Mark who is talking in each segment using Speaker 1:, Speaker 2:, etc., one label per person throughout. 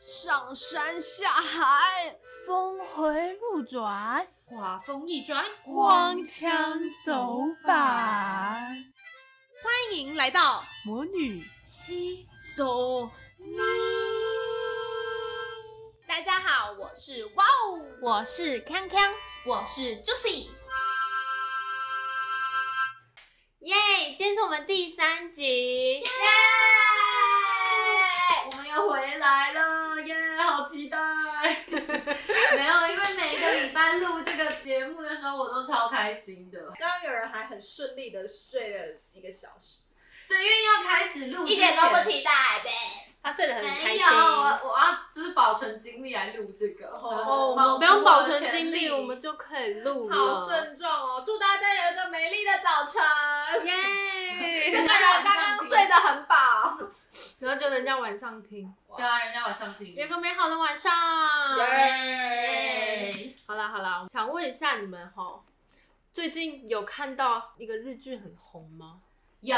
Speaker 1: 上山下海，
Speaker 2: 峰回路转，
Speaker 3: 画风一转，
Speaker 2: 荒腔走板。
Speaker 1: 欢迎来到
Speaker 2: 魔女
Speaker 3: 西。
Speaker 1: So 你。
Speaker 3: 大家好，我是哇哦，
Speaker 2: 我是康康，
Speaker 3: 我是 Juicy。耶，今天是我们第三集，耶，我们又回来了，耶，好期待。 没有，因为每个礼拜录这个节目的时候，我都超开心的。
Speaker 1: 刚刚有人还很顺利的睡了几个小时，
Speaker 3: 对，因为要开始录，
Speaker 4: 一点都不。期待呗。
Speaker 5: 他睡得很开
Speaker 3: 没
Speaker 5: 心
Speaker 3: 有，。我我要就是保存精力来录这个。
Speaker 1: 哦
Speaker 2: 我们不用保存精力，我们就可以录了。
Speaker 1: 好慎重哦！祝大家有一个美丽的早晨。
Speaker 2: 耶！
Speaker 1: 真的人刚刚睡得很饱，
Speaker 2: 然后就人家晚上听，
Speaker 3: 对啊，人家晚上听。
Speaker 2: 有个美好的晚上。
Speaker 1: 耶！
Speaker 3: 对
Speaker 2: 好啦好啦，想问一下你们哈，最近有看到一个日剧很红吗
Speaker 3: 有，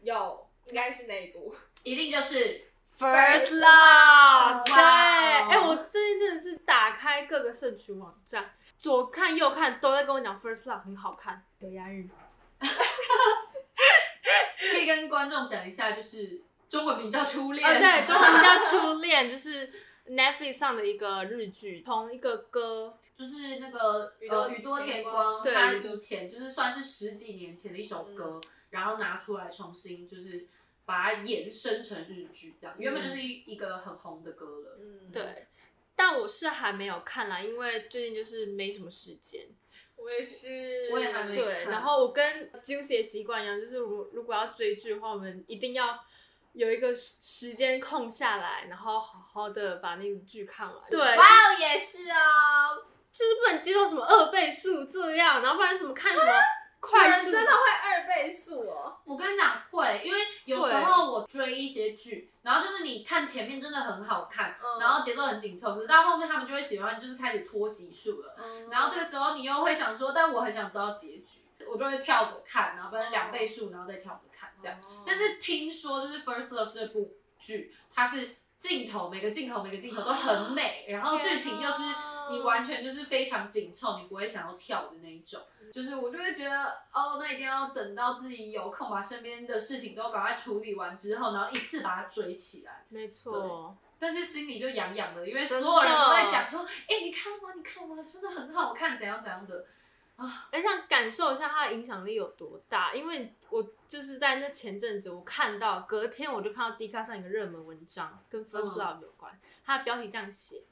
Speaker 1: 有，应该是那一部。
Speaker 3: 一定就是
Speaker 2: ？First Love，对，
Speaker 3: 哇哦
Speaker 2: 哎、我最近真的是打开各个社群网站，左看右看都在跟我讲 First Love 很好看，啊有押韵。
Speaker 3: 可以跟观众讲一下，就是中文名叫《初恋
Speaker 1: 哦
Speaker 2: 啊，》。对，中文叫《初恋》， 就是 Netflix 上的一个日剧，从一个歌，
Speaker 3: 就是那个
Speaker 1: 宇多
Speaker 3: 呃宇多田光，
Speaker 2: 对
Speaker 3: 他
Speaker 2: 宇多
Speaker 3: 以前就是算是十几年前的一首歌，然后拿出来重新就是把它延伸成日剧这样，原本就是一一个很红的歌了。
Speaker 1: 嗯，
Speaker 2: 对，但我是还没有看啦，因为最近就是没什么时间。
Speaker 1: 我也是，
Speaker 3: 我也还没
Speaker 2: 对，
Speaker 3: 看
Speaker 2: 然后我跟 Juicy 的习惯一样，就是如如果要追剧的话，我们一定要有一个时时间空下来，然后好好的哦把那个剧看完。对，
Speaker 4: 哇哦，也是哦，
Speaker 2: 就是不能接受什么二倍速这样，然后不然什么看什么快速，
Speaker 1: 真的会二倍速哦。
Speaker 3: 我跟你讲会，因为有时候我追一些剧，然后就是你看前面真的很好看，
Speaker 1: 嗯
Speaker 3: 然后节奏很紧凑，可是到后面他们就会喜欢就是开始拖集数了。然后这个时候你又会想说，但我很想知道结局，我就会跳着看，然后不然两倍速，然后再跳着看这样。但是听说就是《First Love》这部剧，它是镜头每个镜头每个镜头都很美，
Speaker 2: 啊
Speaker 3: 然后剧情又是你完全就是非常紧凑，你不会想要跳的那一种。
Speaker 2: 啊
Speaker 3: 就是我就会觉得，哦，那一定要等到自己有空，把身边的事情都赶快处理完之后，然后一次把它追起来。
Speaker 2: 没错，
Speaker 3: 但是心里就痒痒的，因为所
Speaker 2: 真的
Speaker 3: 有人都在讲说，哎、你看了吗？你看了吗？真的很好看，怎样怎样的。
Speaker 2: 而想感受一下它的影响力有多大，因为我就是在那前阵子我看到，隔天我就看到 D 卡上一个热门文章，跟 First
Speaker 3: 嗯
Speaker 2: Love 有关，它的标题这样写：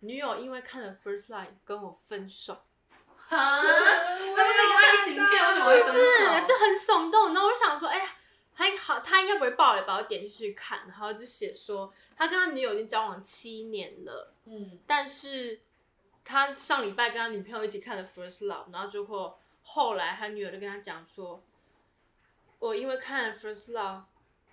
Speaker 2: 女友因为看了 First Love 跟我分手。
Speaker 3: 啊，
Speaker 1: 那
Speaker 3: 那不是一个爱情片，哎为什么会分
Speaker 2: 是
Speaker 3: 手？
Speaker 2: 就很耸动。然后我就想说，哎、呀，还好，他应该不会爆雷吧？我点进去看，然后就写说他跟他女友已经交往七年了，
Speaker 3: 嗯，
Speaker 2: 但是他上礼拜跟他女朋友一起看了《First Love》，然后结果后来他女友就跟他讲说，我因为看了《First Love》，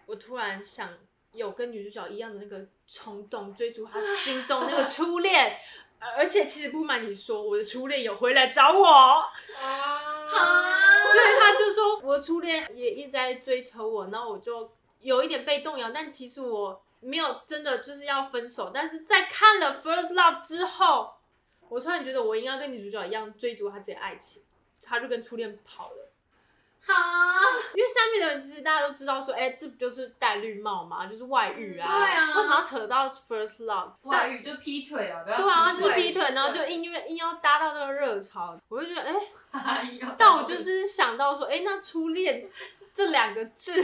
Speaker 2: 我突然想有跟女主角一样的那个冲动，追逐他心中那个初恋。 而而且其实不瞒你说，我的初恋有回来找我。
Speaker 1: 啊，
Speaker 2: 所以他就说，我初恋也一直在追求我，然后我就有一点被动摇，但其实我没有真的就是要分手。但是在看了《First Love》之后，我突然觉得我应该跟女主角一样追逐她自己的爱情，他就跟初恋跑了。
Speaker 3: 好，
Speaker 2: 因为下面的人其实大家都知道说，哎、这不就是戴绿帽嘛，就是外遇啊，
Speaker 3: 对啊
Speaker 2: 为什么要扯到 First Love？
Speaker 3: 外遇就劈腿啊，不要
Speaker 2: 对啊，
Speaker 3: 劈
Speaker 2: 就是
Speaker 3: 腿
Speaker 2: 劈腿，然后就硬因为硬要搭到这个热潮，我就觉得，哎、
Speaker 3: 哎呦
Speaker 2: 但我就是想到说，哎、那初恋这两个字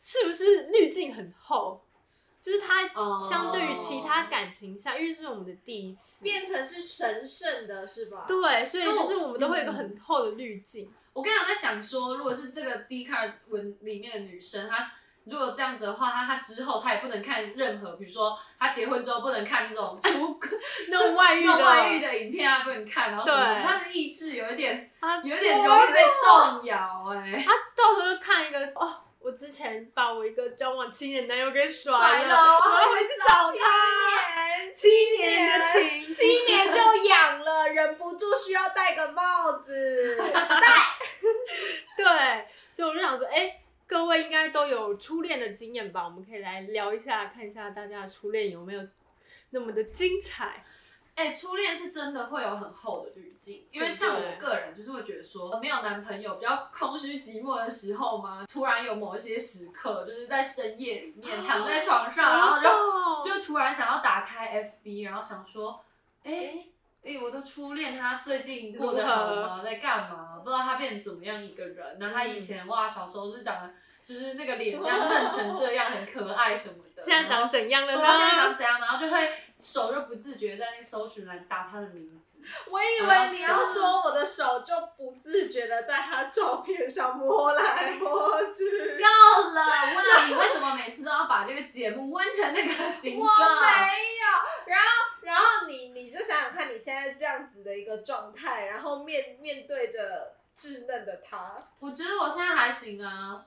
Speaker 2: 是不是滤镜很厚？就是它
Speaker 3: 哦
Speaker 2: 相对于其他感情下，因为是我们的第一次，
Speaker 1: 变成是神圣的，是吧？
Speaker 2: 对，所以就是我们都会有一个很厚的滤镜。
Speaker 3: 我刚刚在想说，如果是这个 D card 文里面的女生，她如果这样子的话，她她之后她也不能看任何，比如说她结婚之后不能看那种出
Speaker 2: 那种外遇的
Speaker 3: 那种外 遇的影片啊，不能看，然后什么
Speaker 2: 对
Speaker 3: 她的意志有一点
Speaker 2: 啊
Speaker 3: 有一点容易被动摇哎、
Speaker 2: 啊，到时候就看一个哦，我之前把我一个交往七年的男友给
Speaker 1: 甩
Speaker 2: 甩
Speaker 1: 了，
Speaker 2: 了，
Speaker 1: 我
Speaker 2: 我
Speaker 1: 要
Speaker 2: 要
Speaker 1: 回
Speaker 2: 回
Speaker 1: 去
Speaker 2: 去
Speaker 1: 找
Speaker 2: 找
Speaker 1: 他。
Speaker 2: 七
Speaker 1: 年的
Speaker 2: 情，
Speaker 1: 七年就痒了，忍不住需要戴个帽子。
Speaker 2: 对，所以我就想说，哎、各位应该都有初恋的经验吧？我们可以来聊一下，看一下大家的初恋有没有那么的精彩。
Speaker 3: 哎、初恋是真的会有很厚的滤镜，因为像我个人就是会觉得说，呃没有男朋友比较空虚寂寞的时候嘛，突然有某一些时刻，就是在深夜里
Speaker 2: 啊
Speaker 3: 面躺在床上，然后就
Speaker 2: 后
Speaker 3: 就突然想要打开 FB，然后想说，哎、哎、我的初恋他最近过得好
Speaker 2: 如
Speaker 3: 吗？在干嘛？不知道他变成怎么样一个人。那
Speaker 2: 嗯
Speaker 3: 他以前、哇，小时候是长得就是那个 脸蛋嫩成这样，很可爱什么的。
Speaker 2: 现在长怎样了
Speaker 3: 然
Speaker 2: 呢
Speaker 3: 后现在长怎样，然后就会手就不自觉在那个搜寻栏打他的名字。
Speaker 1: 我以为你要说我的手就不自觉的在他照片上摸来摸去。
Speaker 3: 够了， 哇！你为什么每次都要把这个节目弯成那个形
Speaker 1: 我
Speaker 3: 状？
Speaker 1: 没有。然后，然后你你就想想看，你现在这样子的一个状态，然后面面对着稚嫩的他，
Speaker 3: 我觉得我现在还行啊。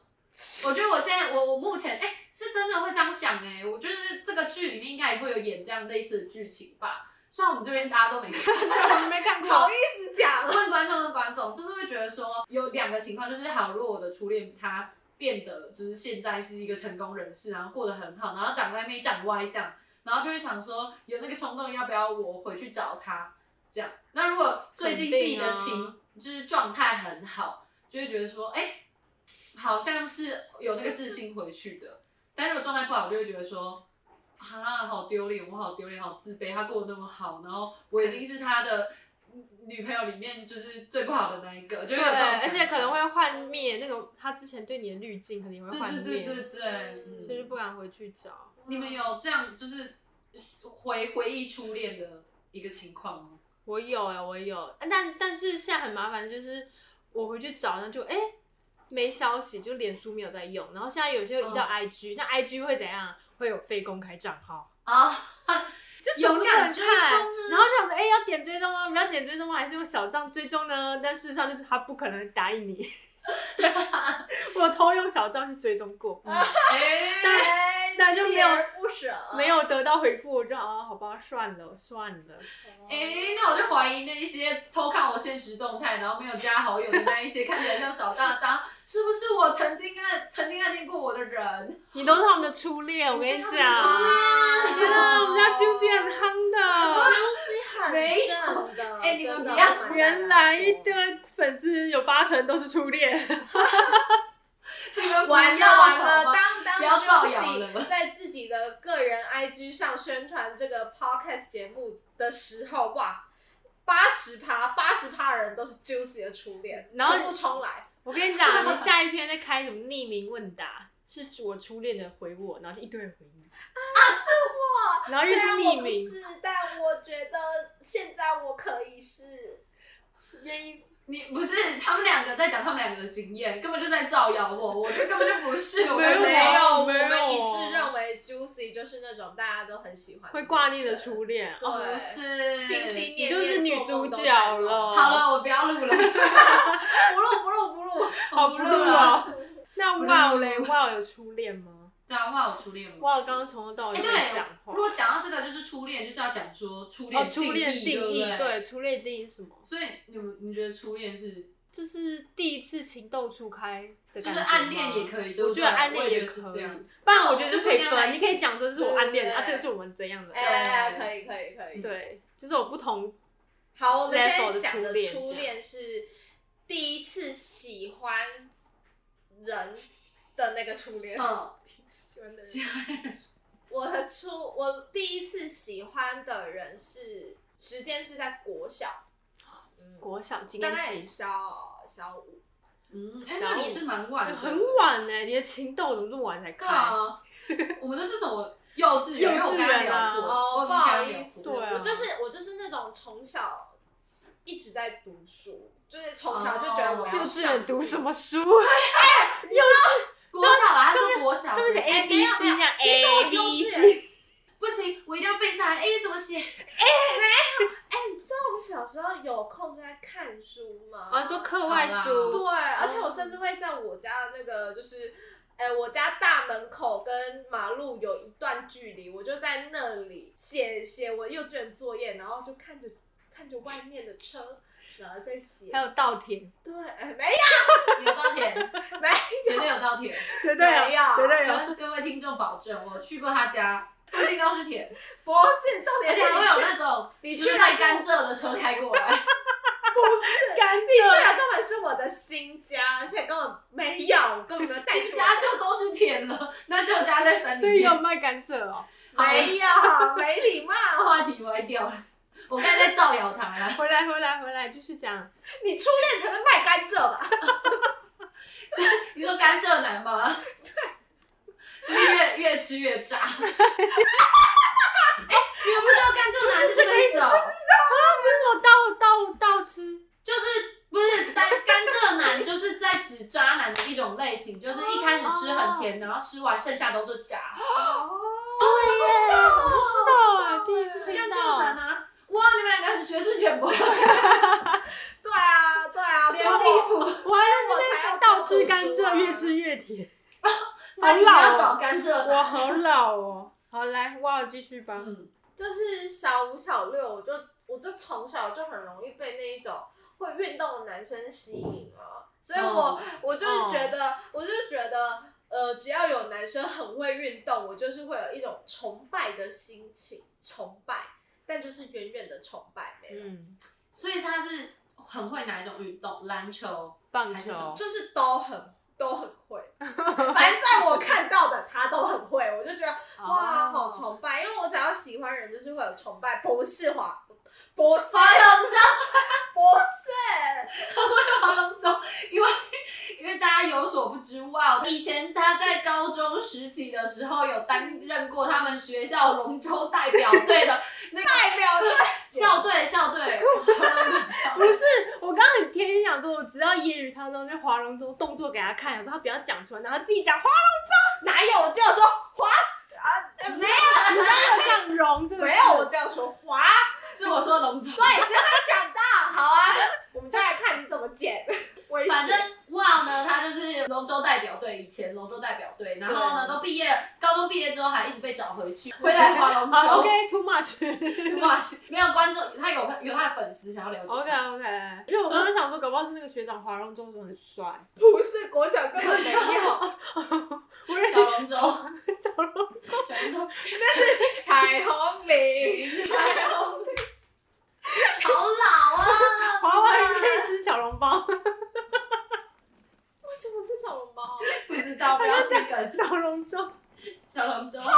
Speaker 3: 我觉得我现在，我我目前，哎、是真的会这样想哎、我觉得这个剧里面应该也会有演这样类似的剧情吧。虽然我们这边大家都没看，
Speaker 2: 你没看
Speaker 1: 好
Speaker 2: 过
Speaker 1: 意思
Speaker 2: 啊
Speaker 1: 讲。
Speaker 3: 问观众问观众，就是会觉得说有两个情况，就是好，如果我的初恋他变得就是现在是一个成功人士，然后过得很好，然后长歪没长歪这样，然后就会想说有那个冲动要不要我回去找他这样。那如果最近自己的
Speaker 2: 肯
Speaker 3: 情、
Speaker 2: 定啊
Speaker 3: 就是状态很好，就会觉得说哎、好像是有那个自信回去的。但如果状态不好，就会觉得说。啊，好丢脸，我好丢脸，好自卑。他过得那么好，然后我一定是他的女朋友里面就是最不好的那一个，就
Speaker 2: 对，
Speaker 3: 会有这种
Speaker 2: 而且
Speaker 3: 想
Speaker 2: 可能
Speaker 3: 法
Speaker 2: 会幻灭那个他之前对你的滤镜，可能也会幻
Speaker 3: 对
Speaker 2: 灭，
Speaker 3: 对对对对，
Speaker 2: 所以就
Speaker 3: 嗯
Speaker 2: 不敢回去找。
Speaker 3: 你们有这样就是回回忆初恋的一个情况吗？
Speaker 2: 我有哎、我有，啊但但是现在很麻烦，就是我回去找，那就哎、没消息，就脸书没有在用，然后现在有些移到
Speaker 3: 哦
Speaker 2: IG，、那 IG 会怎样？会有非公开账号，
Speaker 3: 啊，
Speaker 2: 就什么都
Speaker 3: 勇
Speaker 2: 能
Speaker 3: 敢
Speaker 2: 看，
Speaker 3: 追踪啊
Speaker 2: 然后想着哎、要点追踪吗？不要点追踪吗？还是用小账追踪呢？但事实上就是他不可能答应 你，对，我偷用小账去追踪过，
Speaker 3: 嗯哎，
Speaker 1: 哎
Speaker 2: 但就没有
Speaker 1: 锲而不舍，
Speaker 2: 没有得到回复，我就啊，好吧，算了算了。
Speaker 3: 哎，那我就怀疑那一些偷看我现实动态，然后没有加好友的那一些，看起来像小大张，是不是我曾经暗曾经暗恋过我的人？
Speaker 2: 你都是他们的初恋，我跟你讲，
Speaker 3: 是他们的初恋
Speaker 1: 哎
Speaker 2: 对啊，我们家 Juicy 很夯的。
Speaker 1: 你很
Speaker 3: 没有
Speaker 1: 正的，
Speaker 3: 哎你们
Speaker 1: 真的
Speaker 3: 不要
Speaker 1: 我蛮
Speaker 2: 原来
Speaker 1: 难过
Speaker 2: 的粉丝有八成都是初恋，
Speaker 3: 你们不
Speaker 1: 完了
Speaker 3: 要
Speaker 1: 完
Speaker 3: 好
Speaker 1: 了，
Speaker 3: 吗
Speaker 1: 当当
Speaker 3: 不要造谣
Speaker 1: Juicy
Speaker 3: 了
Speaker 1: 在自己的个人 IG 上宣传这个 podcast 节目的时候，哇，八十趴八十趴人都是 Juicy 的初恋，
Speaker 2: 然后
Speaker 1: 冲不冲来？
Speaker 2: 我跟你讲，你下一篇在开什么匿名问答，是我初恋的回我，然后就一堆人回你啊，是我，然后又
Speaker 1: 虽
Speaker 2: 是
Speaker 1: 然我
Speaker 2: 匿
Speaker 1: 不
Speaker 2: 名，
Speaker 1: 是，但我觉得现在我可以是。
Speaker 2: 愿意
Speaker 3: 你不是他们两个在讲他们两个的经验，根本就在造谣我，我这根本就不是，我
Speaker 2: 没有
Speaker 3: 根本
Speaker 1: 没有，我
Speaker 2: 没有
Speaker 1: 们一致认为 Juicy 就是那种大家都很喜欢的
Speaker 2: 会挂念的初恋，
Speaker 1: 对
Speaker 2: 哦
Speaker 3: 不是，
Speaker 1: 心心
Speaker 2: 你
Speaker 1: 念念
Speaker 2: 就是女
Speaker 1: 做
Speaker 2: 主
Speaker 1: 梦都在
Speaker 2: 角
Speaker 1: 梦
Speaker 2: 了。
Speaker 3: 好，了，我不要 录了，
Speaker 1: 不录不录不录，
Speaker 2: 好
Speaker 3: 我
Speaker 2: 不
Speaker 3: 不
Speaker 2: 录
Speaker 3: 录
Speaker 2: 了
Speaker 3: 了。
Speaker 2: 那哇哦嘞，哇哦有初恋吗？
Speaker 3: 对啊，哇，我初恋吗？
Speaker 2: 哇哦刚刚从头到尾
Speaker 3: 哎，
Speaker 2: 都没
Speaker 3: 对
Speaker 2: 讲，话
Speaker 3: 如。果讲到这个，就是初恋，就是要讲说初
Speaker 2: 哦，
Speaker 3: 恋
Speaker 2: 初恋定义
Speaker 3: 对不，
Speaker 2: 对，初恋定义是什么？
Speaker 3: 所以你们你觉得初恋是
Speaker 2: 就是第一次情窦初开的感觉
Speaker 3: 就
Speaker 2: 吗
Speaker 3: 是暗恋也可以，对不
Speaker 2: 我
Speaker 3: 对
Speaker 2: 觉得暗恋
Speaker 3: 我也觉得
Speaker 2: 可
Speaker 3: 是这
Speaker 2: 以
Speaker 3: 样。，
Speaker 2: 不然我觉得就可以
Speaker 3: 就不一定要在
Speaker 2: 分，
Speaker 3: 一
Speaker 2: 你
Speaker 3: 起
Speaker 2: 可以讲说这是我暗恋的，
Speaker 1: 对
Speaker 2: 啊，这个是我们怎样的，
Speaker 1: 哎，可以可以可以。
Speaker 2: 对，就是有不同，
Speaker 1: 好，我们现
Speaker 2: level
Speaker 1: 在
Speaker 2: 的
Speaker 1: 讲
Speaker 2: 初
Speaker 1: 的
Speaker 2: 恋
Speaker 1: 初恋是第一次喜欢人的那个初恋，
Speaker 3: 嗯，
Speaker 1: 第一次喜欢的人。
Speaker 3: 喜欢人
Speaker 1: 我的初，我第一次喜欢的人是时间是在国小，嗯，
Speaker 2: 国小几
Speaker 1: 大
Speaker 2: 年
Speaker 1: 概
Speaker 2: 级，
Speaker 1: 小小五，
Speaker 3: 嗯， 哎，那你是蛮晚的，
Speaker 2: 很晚呢，你的情窦怎么这么晚才
Speaker 3: 对
Speaker 2: 开？
Speaker 3: 啊，我们都是什么幼稚园？
Speaker 2: 幼稚园啊
Speaker 3: 因为我跟他聊过
Speaker 1: 哦，
Speaker 3: 我
Speaker 1: 不
Speaker 3: 跟他
Speaker 1: 好
Speaker 3: 聊
Speaker 1: 意
Speaker 3: 过
Speaker 1: 思，
Speaker 2: 对啊
Speaker 1: 我就是我就是那种从小一直在读书，就是从小就觉得我
Speaker 3: 哦
Speaker 1: 要
Speaker 2: 幼
Speaker 1: 上
Speaker 2: 稚园读
Speaker 1: 进
Speaker 2: 什么书？
Speaker 3: 国小啦，他说国小，
Speaker 2: 上面写
Speaker 3: 国小
Speaker 2: A B C 这样
Speaker 1: 其实我
Speaker 2: A
Speaker 1: 幼
Speaker 2: B
Speaker 1: 稚
Speaker 2: C，
Speaker 1: 园，
Speaker 3: 不行，我一定要背下来。哎，怎么写？
Speaker 1: 哎、你知道我小时候有空在看书吗？
Speaker 2: 啊，做课外
Speaker 1: 对，
Speaker 2: 书，
Speaker 1: 而
Speaker 3: 嗯
Speaker 1: 且我甚至会在我家的那个就是。哎、我家大门口跟马路有一段距离，我就在那里写写我幼稚园作业，然后就看着看着外面的车，然后再写
Speaker 2: 还。有稻田，
Speaker 1: 对，哎、没
Speaker 3: 有稻田，
Speaker 1: 有，没
Speaker 3: 绝对有稻田。
Speaker 2: 绝
Speaker 1: 对有没有绝对
Speaker 2: 有。
Speaker 3: 跟各位听众保证，我去过他家，附近都是田，
Speaker 1: 不是，重
Speaker 3: 而
Speaker 1: 点
Speaker 3: 且
Speaker 1: 是
Speaker 3: 还会
Speaker 1: 你
Speaker 3: 有
Speaker 1: 去
Speaker 3: 那种
Speaker 1: 你
Speaker 3: 就是
Speaker 1: 去
Speaker 3: 卖
Speaker 1: 那
Speaker 3: 甘蔗的车开过 来，
Speaker 1: 不 是，
Speaker 2: 甘
Speaker 1: 你去了根本是我的新家，而且根本没有，根本没有带去
Speaker 3: 新
Speaker 1: 我
Speaker 3: 家就都是田了，那旧家在山
Speaker 2: 所
Speaker 3: 里
Speaker 2: 以
Speaker 3: 面。
Speaker 2: 要卖甘蔗哦。
Speaker 1: 没有，没 礼貌。
Speaker 3: 话题歪掉了，我刚才在造谣他啦。
Speaker 2: 回来回来回来，就是讲
Speaker 1: 你初恋才能卖甘蔗吧？
Speaker 3: 你说甘蔗男 吗？对，就是越越吃越 渣。哎、你们不知道甘蔗男是这个意思哦、
Speaker 2: 为什么倒倒倒吃？
Speaker 3: 就是不是甘甘蔗男就是在指渣男的一种类型，就是一开始吃很甜，然后吃完剩下都是渣。
Speaker 2: 我不知道啊，第一次
Speaker 3: 是
Speaker 2: 知
Speaker 3: 甘蔗男
Speaker 2: 道。
Speaker 3: 啊！哇，你们两个很学识浅薄，
Speaker 1: 对啊，对啊，所以
Speaker 3: 连
Speaker 1: 我
Speaker 3: 衣服。
Speaker 2: 我还在那边倒吃甘蔗，越吃越甜。
Speaker 3: 那你
Speaker 2: 好老
Speaker 3: 要
Speaker 2: 哦
Speaker 3: 找甘蔗
Speaker 2: 我
Speaker 3: 男。
Speaker 2: 好老哦。好，来，哇，继续吧。
Speaker 3: 嗯，
Speaker 1: 就是小五小六，我就我就从小就很容易被那一种会运动的男生吸引啊，所以我、
Speaker 2: 嗯
Speaker 1: 我就是觉得，我就是觉得，呃，只要有男生很会运动，我就是会有一种崇拜的心情，崇拜，但就是远远的崇拜，没了，
Speaker 2: 嗯，
Speaker 3: 所以他是很会哪一种运动？篮球。
Speaker 2: 棒
Speaker 3: 还是什
Speaker 2: 球
Speaker 3: 么。
Speaker 1: 就是都很都很会，反正在我看到的他都很会，我就觉得哇，好
Speaker 2: 丑。
Speaker 1: 崇拜，因为我只要喜欢人，就是会有崇拜，不是哦华，不是
Speaker 3: 划龙舟，
Speaker 1: 不是，
Speaker 3: 划龙舟，因为因为大家有所不知，哇，以前他在高中时期的时候有担任过他们学校龙舟代表队的那个
Speaker 1: 代表队
Speaker 3: 校队，校队，
Speaker 2: 不是，我刚刚很贴心想说，我只要揶揄他，然后就划龙舟动作给他看，想说他不要讲出来，然后自己讲划
Speaker 1: 哪有？我就说华啊，呃没
Speaker 2: 龙舟，没有这样融这个字。
Speaker 1: 没有，我这样说华，
Speaker 3: 是我说龙舟，
Speaker 1: 对，是他讲的，好啊，我们就来看你怎么剪，危险
Speaker 3: 反正哇呢，他就是龙舟代表队，以前龙舟代表队，然后呢都毕业了，高中毕业之后还一直被找回去，回来划 龙
Speaker 2: 好
Speaker 3: 舟。
Speaker 2: ，OK，too much。
Speaker 3: 哇，没有观众，他有有他的粉丝想要了解。
Speaker 2: OK OK，因为我刚刚想说，搞不好是那个学长划龙舟的时候很帅，
Speaker 1: 不是国小根本没有，
Speaker 2: 我也
Speaker 3: 小龙舟，
Speaker 2: 小龙
Speaker 3: 哦 小龙舟。
Speaker 1: 彩虹铃，彩虹铃，
Speaker 3: 好老啊！
Speaker 2: 划完可以吃小笼包，
Speaker 1: 为什么是小笼 包？
Speaker 3: 不知道，不要这个
Speaker 2: 小笼舟。
Speaker 3: 小龙舟。好了，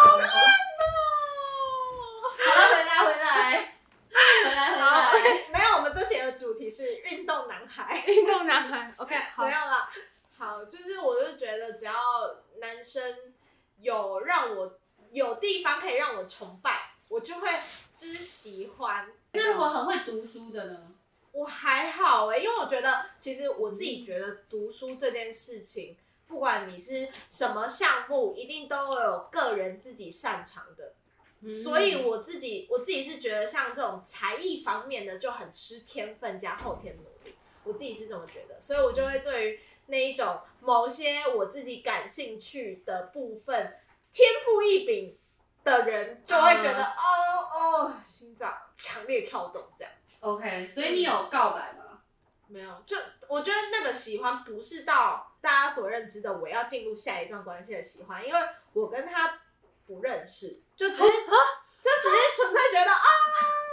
Speaker 3: 回来，回来，回来，回
Speaker 1: 好
Speaker 3: 来。，
Speaker 1: 没有，我们这期的主题是运动男孩。
Speaker 2: 运动男 孩，OK，好
Speaker 1: 没，有啦。好，就是我就觉得只要男生有让我有地方可以让我崇拜，我就会就是喜欢。
Speaker 3: 那如果很会读书的呢？
Speaker 1: 我还好哎、因为我觉得其实我自己觉得读书这件事情，不管你是什么项目，一定都有个人自己擅长的。所
Speaker 3: 嗯
Speaker 1: 以我自己我自己是觉得像这种才艺方面的就很吃天分加后天努力，我自己是这么觉得，所以我就会对于那一种某些我自己感兴趣的部分天赋异禀的人，就会觉得、哦哦，心脏强烈跳动这样。
Speaker 3: OK，所以你有告白吗？
Speaker 1: 没有，就我觉得那个喜欢不是到大家所认知的我要进入下一段关系的喜欢，因为我跟他不认识，就只是、就只是纯粹觉得啊，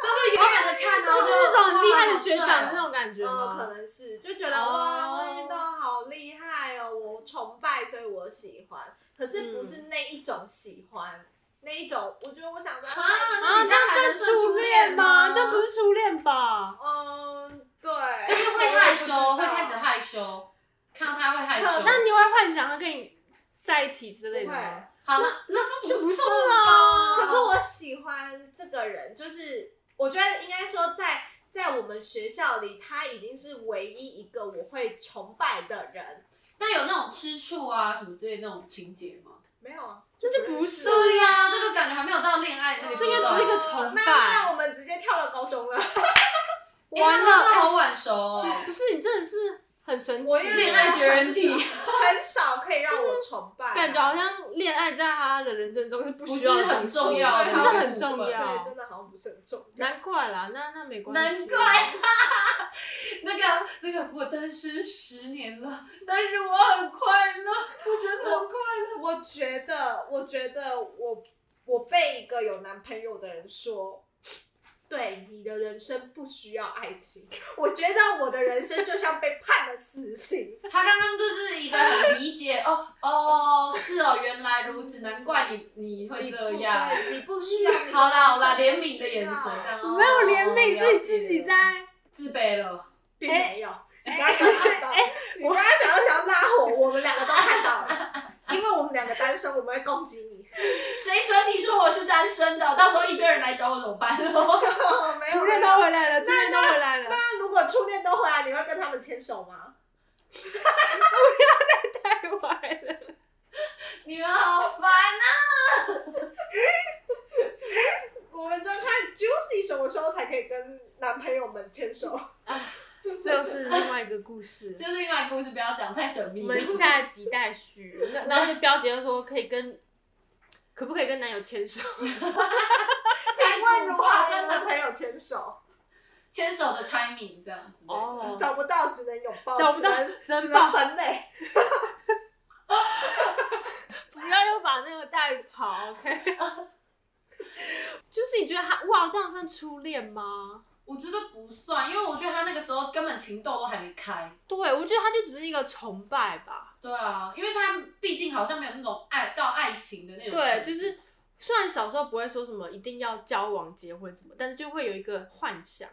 Speaker 3: 就是远远的看，哦然
Speaker 2: 就
Speaker 3: 后
Speaker 2: 是那种很厉害的学
Speaker 3: 哇好
Speaker 2: 长
Speaker 3: 帅
Speaker 2: 的那种感觉
Speaker 1: 呃，可
Speaker 2: 吗？
Speaker 1: 能是就觉得、
Speaker 2: 哦
Speaker 1: 哇，运动好厉害哦，我崇拜，所以我喜欢。可是不是那一种喜欢，那一种我觉得我想说，
Speaker 3: 啊
Speaker 2: 啊，
Speaker 3: 那
Speaker 2: 这
Speaker 3: 你这样
Speaker 2: 样
Speaker 3: 还能
Speaker 2: 算
Speaker 3: 算
Speaker 2: 初
Speaker 3: 初
Speaker 2: 恋啊哦
Speaker 3: 恋
Speaker 2: 吧？
Speaker 3: 吗
Speaker 2: 这不是初恋吧？
Speaker 1: 嗯，对，
Speaker 3: 就是会害羞，
Speaker 1: 我也不知道
Speaker 3: 会开始害羞，看到他会害羞。
Speaker 1: 可
Speaker 2: 那你会幻想他跟你在一起之类的
Speaker 1: 不会
Speaker 2: 吗？
Speaker 3: 好了，那
Speaker 2: 就不是
Speaker 3: 送
Speaker 2: 啊
Speaker 3: 吧
Speaker 1: 可是我喜欢这个人，就是我觉得应该说在在我们学校里，他已经是唯一一个我会崇拜的人。
Speaker 3: 那有那种吃醋啊什么之类的那种情节吗？
Speaker 1: 没有啊，
Speaker 2: 那就不是
Speaker 3: 对呀，这个感觉还没有到恋爱那个
Speaker 2: 这
Speaker 3: 阶
Speaker 2: 应
Speaker 3: 段。
Speaker 2: 该只是一个崇
Speaker 1: 那
Speaker 2: 拜
Speaker 1: 那我们直接跳到高中了。
Speaker 3: 哎
Speaker 2: 完
Speaker 3: 那他真的
Speaker 2: 了，
Speaker 3: 好晚熟哦。
Speaker 2: 不是你真的是很神奇
Speaker 1: 我也
Speaker 2: 耶，
Speaker 1: 有
Speaker 3: 恋爱绝人体。
Speaker 1: 很少可以让我崇拜啊、
Speaker 2: 感觉好像恋爱在他的人生中是不需要的
Speaker 3: 不是很重
Speaker 2: 东
Speaker 3: 要
Speaker 2: 西哦不是
Speaker 1: 的
Speaker 2: 很重
Speaker 1: 对，啊
Speaker 2: 要
Speaker 1: 真。的好像不是很重要。
Speaker 2: 难怪啦，那那没关系，啊
Speaker 3: 难怪，那个那个，我单身十年了，但是我很快乐，我真的很快乐。
Speaker 1: 我觉得，我觉得我我被一个有男朋友的人说，对你的人生不需要爱 情。我觉得我的人生就像被判了死 刑。
Speaker 3: 他刚刚就是一个很理解哦哦，是哦，原来如此，难怪你你会
Speaker 1: 你不
Speaker 3: 这样。
Speaker 1: 对你不需要。你的
Speaker 3: 好啦好啦，
Speaker 1: 人
Speaker 3: 怜
Speaker 1: 生不需
Speaker 3: 悯的眼神，这
Speaker 1: 要
Speaker 3: 样
Speaker 2: 我没有怜悯，
Speaker 3: 哦
Speaker 2: 自己自己在。
Speaker 3: 自卑了。
Speaker 1: 并没有。你刚刚有看到，你刚刚想要想要拉火，我们两个都看到 了，因为我们两个单身，我们会攻击你。
Speaker 3: 谁准你说我是单身的？到时候一堆人来找我怎么办？
Speaker 1: 哦 没有
Speaker 2: 初恋
Speaker 1: 没
Speaker 2: 都
Speaker 1: 有
Speaker 2: 回来了，初恋都回来了。
Speaker 1: 那如果初恋都回来，你会跟他们牵手吗？
Speaker 2: 太坏了，
Speaker 3: 你们好烦啊！
Speaker 1: 我们就看 Juicy 什么时候才可以跟男朋友们牵手。
Speaker 2: 这又是另外一个故事。
Speaker 3: 就是另外一个故事，不要讲太神秘
Speaker 2: 我
Speaker 3: 了。
Speaker 2: 们下一集待续。那然后就标姐就说可以跟，可不可以跟男友牵手？
Speaker 1: 请问如何跟男朋友牵手？
Speaker 3: 牵手的 timing 这样子。
Speaker 2: 哦
Speaker 1: 找不到只能拥抱，
Speaker 2: 找不到
Speaker 1: 只能
Speaker 2: 只能
Speaker 1: 只
Speaker 2: 抱
Speaker 1: 能分类。
Speaker 2: 不要又把那个带跑，OK？就是你觉得他哇，这样算初恋吗？
Speaker 3: 我觉得不算，因为我觉得他那个时候根本情窦都还没开。
Speaker 2: 对，我觉得他就只是一个崇拜吧。
Speaker 3: 对啊，因为他毕竟好像没有那种爱到爱情的那种程
Speaker 2: 对，
Speaker 3: 度。
Speaker 2: 就是虽然小时候不会说什么一定要交往、结婚什么，但是就会有一个幻想。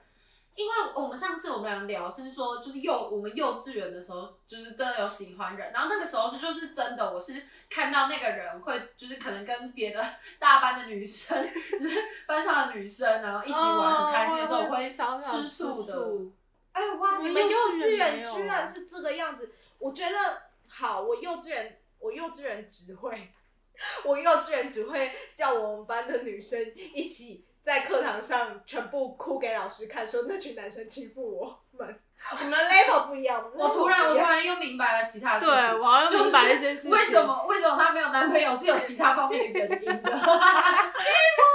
Speaker 3: 因为我们上次我们俩聊是说，就是幼我们幼稚园的时候，就是真的有喜欢人，然后那个时候是就是真的，我是看到那个人会就是可能跟别的大班的女生， 就是班上的女生，然后一起玩很开心的时候，
Speaker 2: 哦
Speaker 3: 我会
Speaker 2: 小小
Speaker 3: 吃醋的。
Speaker 2: 醋
Speaker 1: 哎哇，
Speaker 2: 我
Speaker 1: 你
Speaker 2: 们
Speaker 1: 们
Speaker 2: 幼
Speaker 1: 幼
Speaker 2: 稚
Speaker 1: 稚园
Speaker 2: 园没有啊
Speaker 1: 居然是这个样子，我觉得好，我幼稚园我幼稚园只会， 我幼稚园只会叫我们班的女生一起在课堂上全部哭给老师看，说那群男生欺负我们。我们的 level 不一样，们的
Speaker 3: 我突
Speaker 1: level
Speaker 3: 然
Speaker 1: 不一
Speaker 3: 我突
Speaker 1: 样
Speaker 3: 然又明白了其他的事
Speaker 2: 对，
Speaker 3: 情，
Speaker 2: 我好像明白了一些事情。
Speaker 3: 为什？么为什么她没有男朋友是有其他方面的原因的？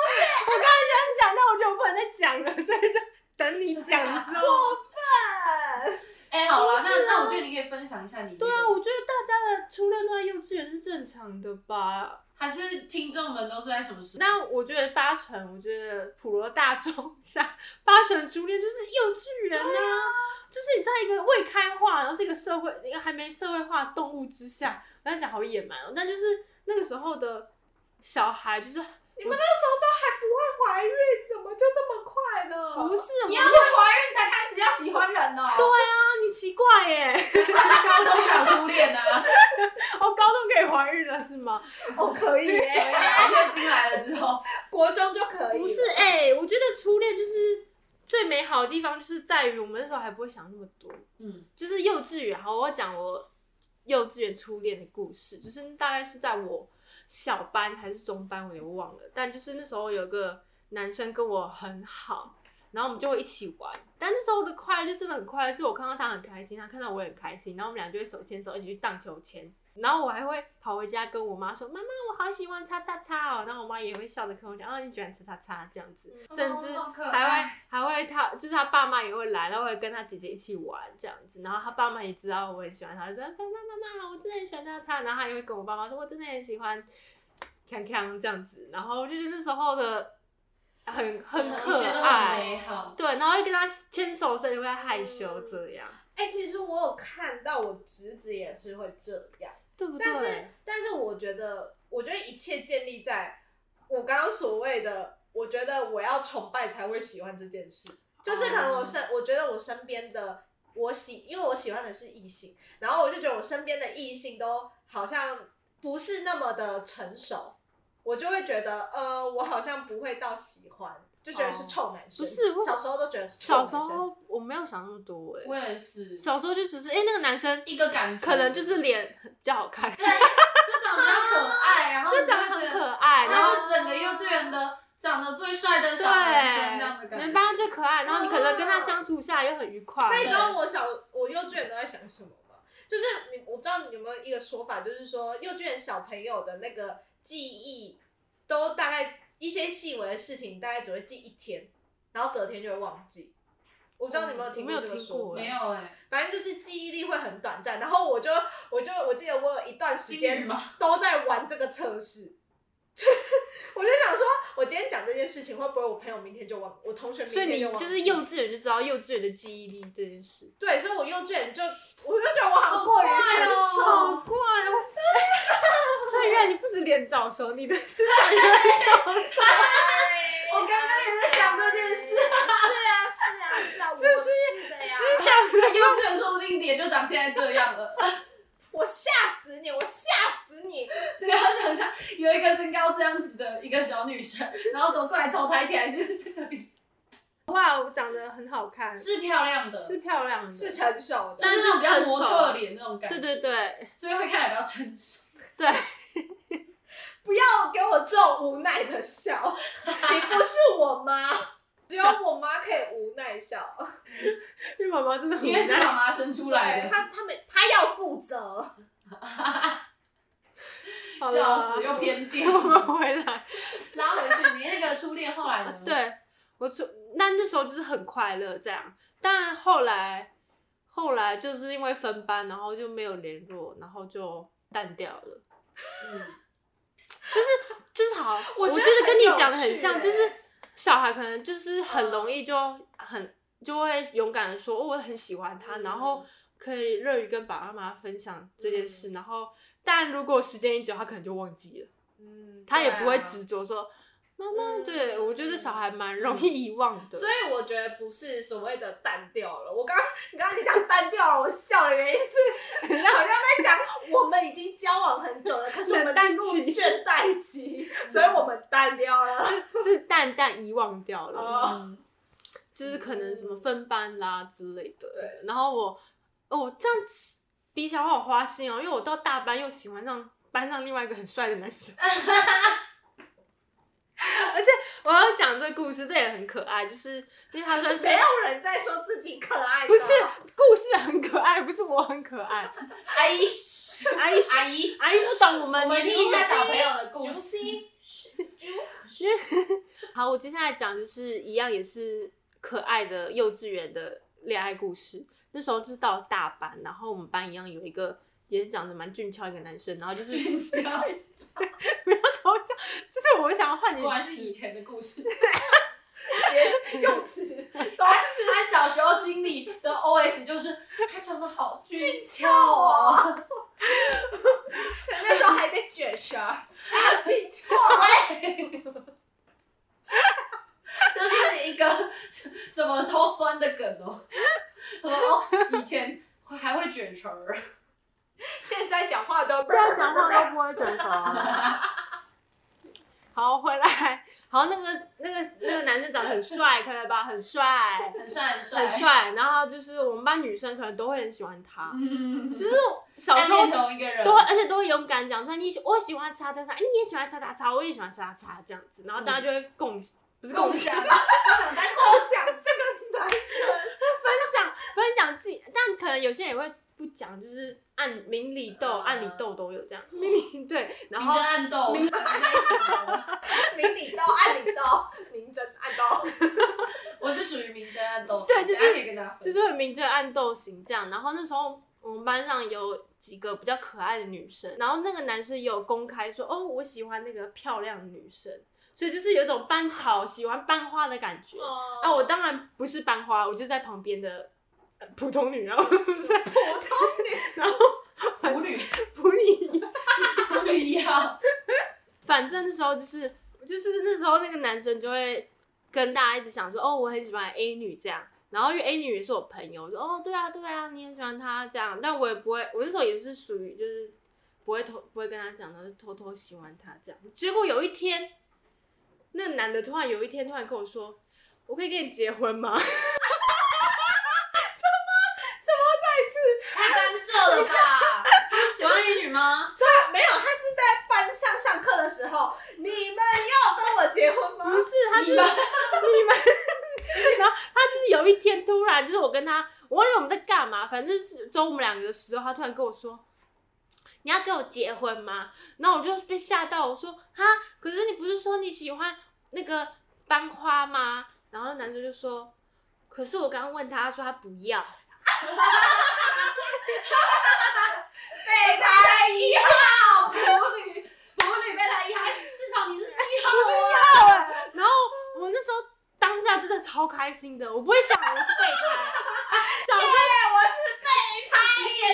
Speaker 2: 你讲到我就不能再讲了，所以就等你讲，你知道吗？
Speaker 3: 哎、好了，那
Speaker 2: 不是啊
Speaker 3: 那我觉得你可以分享一下你
Speaker 2: 对啊，我觉得大家的初恋都在幼稚园是正常的吧？
Speaker 3: 还是听众们都是在什么时候？
Speaker 2: 那我觉得八成，我觉得普罗大众下八成初恋就是幼稚园呢、就是你在一个未开化，然后是一个社会一个还没社会化的动物之下，我刚讲好野蛮哦，但就是那个时候的小孩就是
Speaker 1: 你们那时候都还不会怀孕，怎么就这么快了？
Speaker 2: 不是我
Speaker 3: 你
Speaker 2: 们
Speaker 3: 要会怀孕才开始要喜欢人哦、
Speaker 2: 对啊，你奇怪耶，
Speaker 3: 他高中才有初恋呢、 啊，
Speaker 2: 哦，高中可以怀孕了是吗？
Speaker 1: 哦，可以耶，
Speaker 3: 月经来了之后，
Speaker 1: 国中就可以了，
Speaker 2: 不是哎、我觉得初恋就是最美好的地方，就是在于我们那时候还不会想那么多，
Speaker 3: 嗯，
Speaker 2: 就是幼稚园。好，我讲我幼稚园初恋的故事，就是大概是在我小班还是中班，我也忘了。但就是那时候有一个男生跟我很好，然后我们就会一起玩。但那时候的快乐就真的很快乐，就是我看到他很开心，他看到我也很开心，然后我们俩就会手牵手一起去荡秋千。然后我还会跑回家跟我妈说：“妈妈，我好喜欢叉叉叉哦。”然后我妈也会笑着跟我讲：“啊，你喜欢叉叉叉这样子。”甚至
Speaker 3: 哦好可
Speaker 2: 还会
Speaker 3: 爱
Speaker 2: 还会他就是他爸妈也会来，然后会跟他姐姐一起玩这样子，然后他爸妈也知道我很喜欢他，就说妈妈妈妈，我真的很喜欢他唱，然后他也会跟我爸妈说，我真的很喜欢康康这样子，然后就是那时候的很很可
Speaker 3: 一切都很
Speaker 2: 爱，
Speaker 3: 美好。
Speaker 2: 对，然后又跟他牵手，所以就会害羞这样，
Speaker 1: 哎、其实我有看到我侄子也是会这样，
Speaker 2: 对不对？
Speaker 1: 但是但是我觉得，我觉得一切建立在我刚刚所谓的，我觉得我要崇拜才会喜欢这件事，就是可能我
Speaker 2: 哦
Speaker 1: 身，我觉得我身边的我喜，因为我喜欢的是异性，然后我就觉得我身边的异性都好像不是那么的成熟，我就会觉得，呃，我好像不会到喜欢，就觉得是臭男生，
Speaker 2: 哦不是我
Speaker 1: 小时候都觉得是臭
Speaker 2: 小
Speaker 1: 男
Speaker 2: 时
Speaker 1: 生，
Speaker 2: 候我没有想那么多哎、
Speaker 3: 我也是
Speaker 2: 小时候就只是哎、那个男生
Speaker 3: 一个感觉，
Speaker 2: 可能就是脸比较好看，
Speaker 3: 就长得比较可爱，然后
Speaker 2: 就长得很可爱，
Speaker 3: 爱
Speaker 2: 然后
Speaker 3: 他是整个幼稚园的长得最帅的
Speaker 2: 对，
Speaker 3: 小男生这样的感觉。
Speaker 2: 能帮他最可爱，然后你可能跟他相处下来又很愉快。
Speaker 1: 那你知
Speaker 3: 种
Speaker 1: 道我小我幼稚园都在想什么吗？就是你，我不知道你有没有一个说法，就是说幼稚园小朋友的那个记忆，都大概一些细微的事情，大概只会记一天，然后隔天就会忘记。我不知道你有没有听过这个
Speaker 2: 我
Speaker 1: 说法，
Speaker 2: 没
Speaker 3: 没有哎、
Speaker 1: 反正就是记忆力会很短暂。然后我就我就我记得我有一段时
Speaker 3: 金鱼
Speaker 1: 间
Speaker 3: 吗？
Speaker 1: 都在玩这个测试， 我就想说，我今天讲这件事情，会不会我朋友明天就忘，我同学明
Speaker 2: 所以
Speaker 1: 天
Speaker 2: 你
Speaker 1: 忘记
Speaker 2: 就是幼稚园就知道幼稚园的记忆力这件事，
Speaker 1: 对，所以我幼稚园就，我就觉得我好像过于成
Speaker 3: 好
Speaker 1: 熟。
Speaker 3: 怪哦
Speaker 2: 好怪哦！ 所以原来你不止脸早熟，你的 是整个
Speaker 1: 我刚刚也在想这件事，
Speaker 4: 是啊，是啊，是啊，我是的呀。
Speaker 2: 思想
Speaker 3: 幼稚园说不定脸就长现在这样了。
Speaker 1: 我吓死你，我吓死你！
Speaker 3: 你要想想，有一个身高这样子的一个小女生，然后走过来头抬起来是这里，
Speaker 2: 哇，我长得很好看，
Speaker 3: 是漂亮的，
Speaker 2: 是漂亮的，
Speaker 1: 是成熟的，
Speaker 3: 但是那种比较模特脸那种感觉，
Speaker 2: 对对对
Speaker 3: 所以会看起来比较成熟。
Speaker 2: 对，
Speaker 1: 不要给我这种无奈的笑，你不是我妈，只有我妈可以无奈笑，
Speaker 2: 因为妈妈真的很
Speaker 3: 因为是
Speaker 2: 难
Speaker 3: 妈妈生出来
Speaker 1: 对
Speaker 3: 的，
Speaker 1: 她她没她要负责。
Speaker 2: 好啦
Speaker 3: 笑死又偏掉。
Speaker 2: 我们回来。
Speaker 3: 拉回去，你那个初恋后来呢？，
Speaker 2: 对，我初那那时候就是很快乐这样，但后来后来就是因为分班，然后就没有联络，然后就淡掉了。 就是好，
Speaker 1: 我
Speaker 2: 我
Speaker 1: 觉得
Speaker 2: 得跟
Speaker 1: 很有
Speaker 2: 你讲的很
Speaker 1: 趣欸
Speaker 2: 像，就是小孩可能就是很容易就很就会勇敢的说、哦，我很喜欢他，然后可以乐于跟爸爸妈妈分享这件事，然后但如果时间一久，他可能就忘记了。
Speaker 1: 嗯，
Speaker 2: 他也不
Speaker 1: 对
Speaker 2: 会
Speaker 1: 啊
Speaker 2: 执着说妈妈。
Speaker 1: 嗯
Speaker 2: 对我觉得小孩蛮容易遗忘的，
Speaker 1: 所以我觉得不是所谓的淡掉了。我刚你刚刚你讲淡掉了，我笑的原因 是，你好像在讲我们已经交往很久了，可是我们进入倦怠 期，所以我们淡掉了。
Speaker 2: 是淡淡遗忘掉了，
Speaker 1: 哦嗯
Speaker 2: 嗯就是可能什么分班啦之类的。
Speaker 1: 对，
Speaker 2: 然后我哦这样子比起来我好花心哦，因为我到大班又喜欢上班上另外一个很帅的男生。 而且我要讲这个故事，这也很可爱，就是因为他 算是
Speaker 1: 没有人在说自己可爱，
Speaker 2: 不是故事很可爱，不是我很可爱。
Speaker 3: 阿姨，
Speaker 2: 阿姨，
Speaker 3: 阿姨，
Speaker 2: 阿姨不懂我们
Speaker 3: 我们
Speaker 2: 年
Speaker 3: 听
Speaker 2: 纪
Speaker 3: 一下小朋友的故
Speaker 1: 竹
Speaker 3: 事。
Speaker 1: 心，
Speaker 2: 好，我接下来讲就是一样也是可爱的幼稚园的恋爱故事。那时候就是到大班，然后我们班一样有一个也是长得蛮俊俏一个男生，然后就是
Speaker 3: 俊俏
Speaker 2: 头像， 就是我想要换你
Speaker 3: 果然是以前的故事。
Speaker 1: 连用词都
Speaker 3: 他小时候心里的 OS 就是他长得好俊俏
Speaker 1: 哦
Speaker 3: 哦。
Speaker 1: 那时候还在卷舌，还有进球。
Speaker 3: 这是一个什什么偷酸的梗哦。哦，以前会还会卷唇儿，
Speaker 1: 现在讲话都不
Speaker 2: 现在讲话都不会转头啊。好，回来。好，那个那个那个男生长得很帅，可以吧？很帅，
Speaker 3: 很帅很帅
Speaker 2: 很。帅。然后就是我们班女生可能都会很喜欢他，
Speaker 3: 嗯，
Speaker 2: 就是小
Speaker 3: 暗
Speaker 2: 时候
Speaker 3: 恋同一个 人，
Speaker 2: 都会，而且都会勇敢讲出来，你喜我喜欢叉叉叉，哎你也喜欢叉叉叉，我也喜欢叉叉叉这样子，然后大家就会共、不是共
Speaker 3: 共
Speaker 2: 享
Speaker 3: 享
Speaker 1: 单抽象这个男
Speaker 2: 分享分享自己，但可能有些人也会不讲，就是暗明里斗、
Speaker 3: 嗯
Speaker 2: 暗里斗都有这样，明里 对，然
Speaker 3: 明
Speaker 2: 后
Speaker 3: 争暗斗，明争暗斗，
Speaker 1: 明里刀暗里刀，明争暗斗。
Speaker 3: 我是属于明争暗斗，
Speaker 2: 对就是
Speaker 3: 大家可以跟大家分
Speaker 2: 就
Speaker 3: 享
Speaker 2: 是会明争暗斗型这样，然后那时候。我们班上有几个比较可爱的女生，然后那个男生也有公开说，哦，我喜欢那个漂亮的女生，所以就是有一种班草喜欢班花的感觉。
Speaker 1: 哦
Speaker 2: 啊，我当然不是班花，我就在旁边的呃普通女啊，我不是
Speaker 1: 普通女，
Speaker 2: 然后
Speaker 3: 母女
Speaker 2: 普女，
Speaker 3: 母女一样，
Speaker 2: 反正那时候就是就是那时候那个男生就会跟大家一直想说，哦，我很喜欢 A 女这样。然后因为 A 女也是我朋友，我说哦，对啊，对啊，你很喜欢她这样，但我也不会，我那时候也是属于就是不会偷，不会跟她讲，然后就偷偷喜欢她这样。结果有一天，那个男的突然有一天突然跟我说，我可以跟你结婚吗？
Speaker 3: 太干蔗了吧？他们喜欢一女吗？
Speaker 1: 他 没有，他是在班上上课的时候，你们要跟我结婚吗？
Speaker 2: 不是，他就是 你们， 然后他就是有一天突然，就是我跟他，我忘记我们在干嘛，反正是走我们两个的时候，他突然跟我说。你要跟我结婚吗？然后我就被吓到，我说哈，可是你不是说你喜欢那个班花吗？然后男生就说，可是我刚刚问他，他说他不要。
Speaker 1: 备胎一号，
Speaker 3: 母女被他一害，至少你是一
Speaker 2: 一号哎、然后我那时候当下真的超开心的，我不会想我是备胎， 想说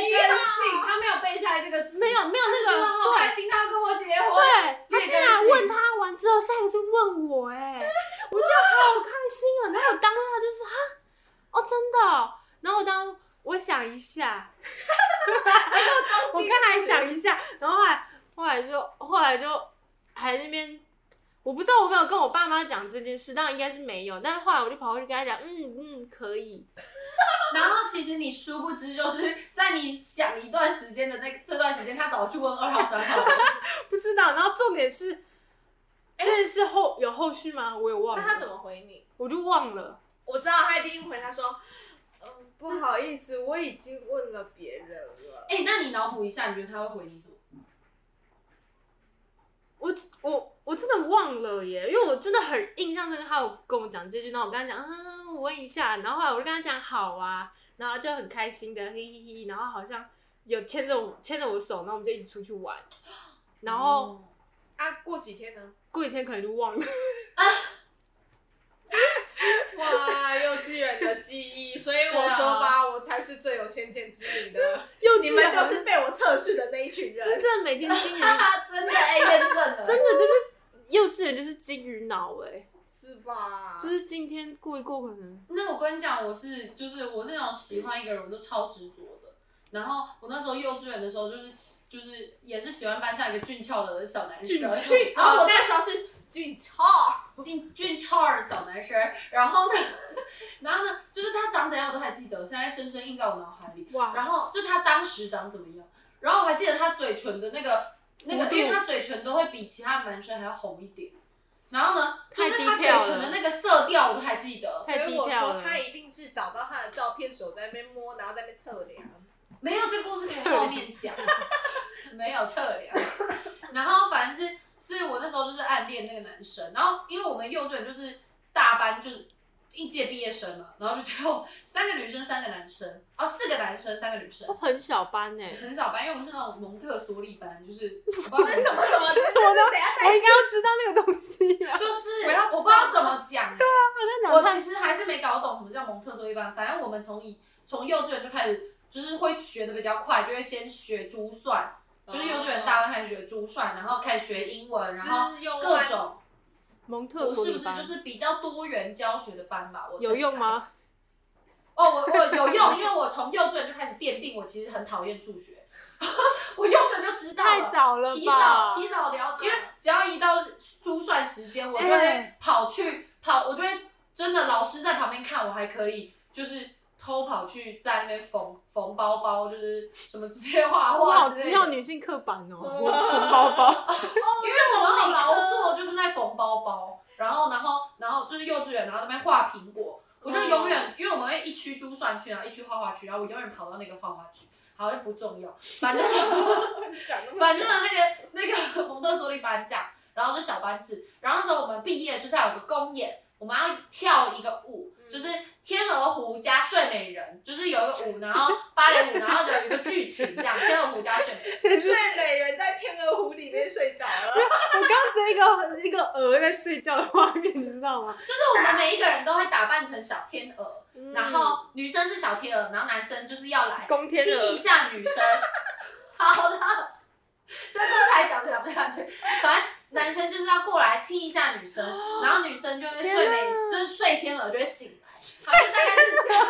Speaker 3: 你也真信，他没有啊备胎这个词，
Speaker 2: 没有没有那
Speaker 3: 觉得好开
Speaker 2: 个
Speaker 3: 心，他要跟我结婚。
Speaker 2: 对对，他
Speaker 3: 你也
Speaker 2: 竟
Speaker 3: 真
Speaker 2: 然
Speaker 3: 信
Speaker 2: 问他完之后，下一个是问我哎、 我就好开心哦、然后我当下就是哈哦真的哦、然后我当我想一下，我刚才想一下，然后后来后来就后来就还在那边，我不知道我没有跟我爸妈讲这件事，当然应该是没有。但是后来我就跑过去跟他讲，嗯嗯，可以。
Speaker 3: 然后其实你殊不知，就是在你想一段时间的那这段时间，他早就去问二号、三号了。
Speaker 2: 不知道。然后重点是，这件事后有后续吗？我也忘
Speaker 1: 那
Speaker 2: 了。
Speaker 1: 他怎么回你？
Speaker 2: 我就忘了。
Speaker 1: 我知道他一定回他说，嗯，不好意思，我已经问了别人了。
Speaker 3: 哎、那你脑补一下，你觉得他会回你什么？
Speaker 2: 我我我真的忘了耶，因为我真的很印象深刻，他有跟我讲这句，然后我跟他讲，嗯，我问一下，然后后来我就跟他讲好啊，然后就很开心的，嘿嘿嘿，然后好像有牵着我牵着我手，然后我们就一起出去玩， 然后
Speaker 3: 哦
Speaker 1: 啊，过几天呢？
Speaker 2: 过几天可能就 忘了，
Speaker 1: 哇，幼稚园的记忆，所以
Speaker 3: 对
Speaker 1: 我
Speaker 3: 啊
Speaker 1: 说吧，我才是最有先见之明的，
Speaker 2: 又
Speaker 1: 你们就是被我测试的那一群
Speaker 2: 真
Speaker 1: 人。
Speaker 2: 正每天金鱼，
Speaker 3: 哈哈，真的哎、验证 了，
Speaker 2: 真的就是幼稚园就是金鱼脑哎，
Speaker 1: 是吧？
Speaker 2: 就是今天过一过可能
Speaker 3: 那我跟你讲，我是就是我是那种喜欢一个人我都超执着的。然后我那时候幼稚园的时候，就是就是也是喜欢班上一个俊俏的小男生，
Speaker 2: 俊俏哦
Speaker 3: 俊 然
Speaker 1: 然后我
Speaker 3: 后我
Speaker 1: 那时候是俊 俏，
Speaker 3: 俊俊俏的小男生，然后呢， 然后呢，就是他长怎样我都还记得，现在深深印在我脑海里。然
Speaker 2: 哇，
Speaker 3: 后就他当时长怎么样，然后我还记得他嘴唇的那个那
Speaker 2: 弧
Speaker 3: 个，
Speaker 2: 度
Speaker 3: 因为他嘴唇都会比其他男生还要红一点。然后呢，就
Speaker 2: 太
Speaker 3: 是他嘴
Speaker 2: detail
Speaker 3: 唇的
Speaker 2: 了
Speaker 3: 那个色调我都还记得，
Speaker 1: 所
Speaker 2: 太
Speaker 1: 以
Speaker 2: 低
Speaker 1: 我
Speaker 2: 调
Speaker 1: 说
Speaker 2: 了
Speaker 1: 他一定是找到他的照片，手在那边摸，然后在那边测 量。
Speaker 3: 没有，这个故事可以后 面讲。没有测量。然后反正是是我那时候就是暗恋那个男生，然后因为我们幼稚园就是大班就是应届毕业生嘛，然后就只有三个女生三个男生，哦四个男生三个女生
Speaker 2: 都，很小班哎，
Speaker 3: 很少班，因为我们是那种蒙特梭利班，就是 我不知道
Speaker 1: 什么什么？
Speaker 2: 什么
Speaker 1: 等一下
Speaker 2: 我应该要知道那个东西啊，
Speaker 3: 就是
Speaker 1: 我要知道
Speaker 3: 我不知道怎么讲、对啊，
Speaker 2: 他讲
Speaker 3: 我
Speaker 2: 太
Speaker 3: 其实还是没搞懂什么叫蒙特梭利班。反正我们从以从幼稚园就开始，就是会学的比较快，就会先学珠算，就是幼稚园大班开始学珠算，然后开始学英文，然后
Speaker 1: 只用
Speaker 3: 各
Speaker 1: 万
Speaker 3: 种，
Speaker 2: 蒙特
Speaker 3: 我
Speaker 2: 梭
Speaker 3: 是
Speaker 2: 利
Speaker 3: 不是
Speaker 2: 班
Speaker 3: 就是比较多元教学的班吧？我
Speaker 2: 有用吗？
Speaker 3: 哦，我我有用，因为我从幼稚园就开始奠定我其实很讨厌数学， 我幼稚园就知道
Speaker 2: 太
Speaker 3: 了。
Speaker 2: 早了
Speaker 3: 提
Speaker 2: 吧
Speaker 3: 早？提早聊，因为只要一到珠算时间，我就会
Speaker 2: 哎
Speaker 3: 跑去跑，我就会真的老师在旁边看，我还可以就是偷跑去在那边缝缝包包，就是什么直接画
Speaker 2: 我
Speaker 3: 画
Speaker 2: 好
Speaker 3: 之类
Speaker 2: 你
Speaker 3: 的。
Speaker 2: 好女性刻板哦，我缝包包，
Speaker 3: 因为我们有劳
Speaker 2: 哦
Speaker 3: 作就是在缝包包，然后然后然后就是幼稚园，然后在那边画苹果，我就
Speaker 2: 嗯
Speaker 3: 永远、因为我们会一区珠算区，然后一区画画区，然后我永远跑到那个画画区，好像不重要，反正。
Speaker 1: 讲那么
Speaker 3: 反
Speaker 1: 久
Speaker 3: 正 那个那个蒙特梭利班这样，然后是小班制，然后那时候我们毕业就是要有个公演，我们要跳一个舞，
Speaker 1: 嗯
Speaker 3: 就是天鹅湖加睡美人，就是有一个舞，然后芭蕾舞，然后有一个剧情这样，天鹅湖加睡美人，
Speaker 2: 这是
Speaker 1: 睡美人在天鹅湖里面睡着了。
Speaker 2: 我刚刚只一个一个鹅在睡觉的画面，你知道吗？
Speaker 3: 就是我们每一个人都会打扮成小天鹅，
Speaker 1: 嗯
Speaker 3: 然后女生是小天鹅，然后男生就是要来
Speaker 2: 公天鹅
Speaker 3: 亲一下女生。 好了，这故事还讲不讲不下去，反正男生就是要过来亲一下女生，然后女生就会睡美，就是睡天鹅就会醒来，他就大概是这样，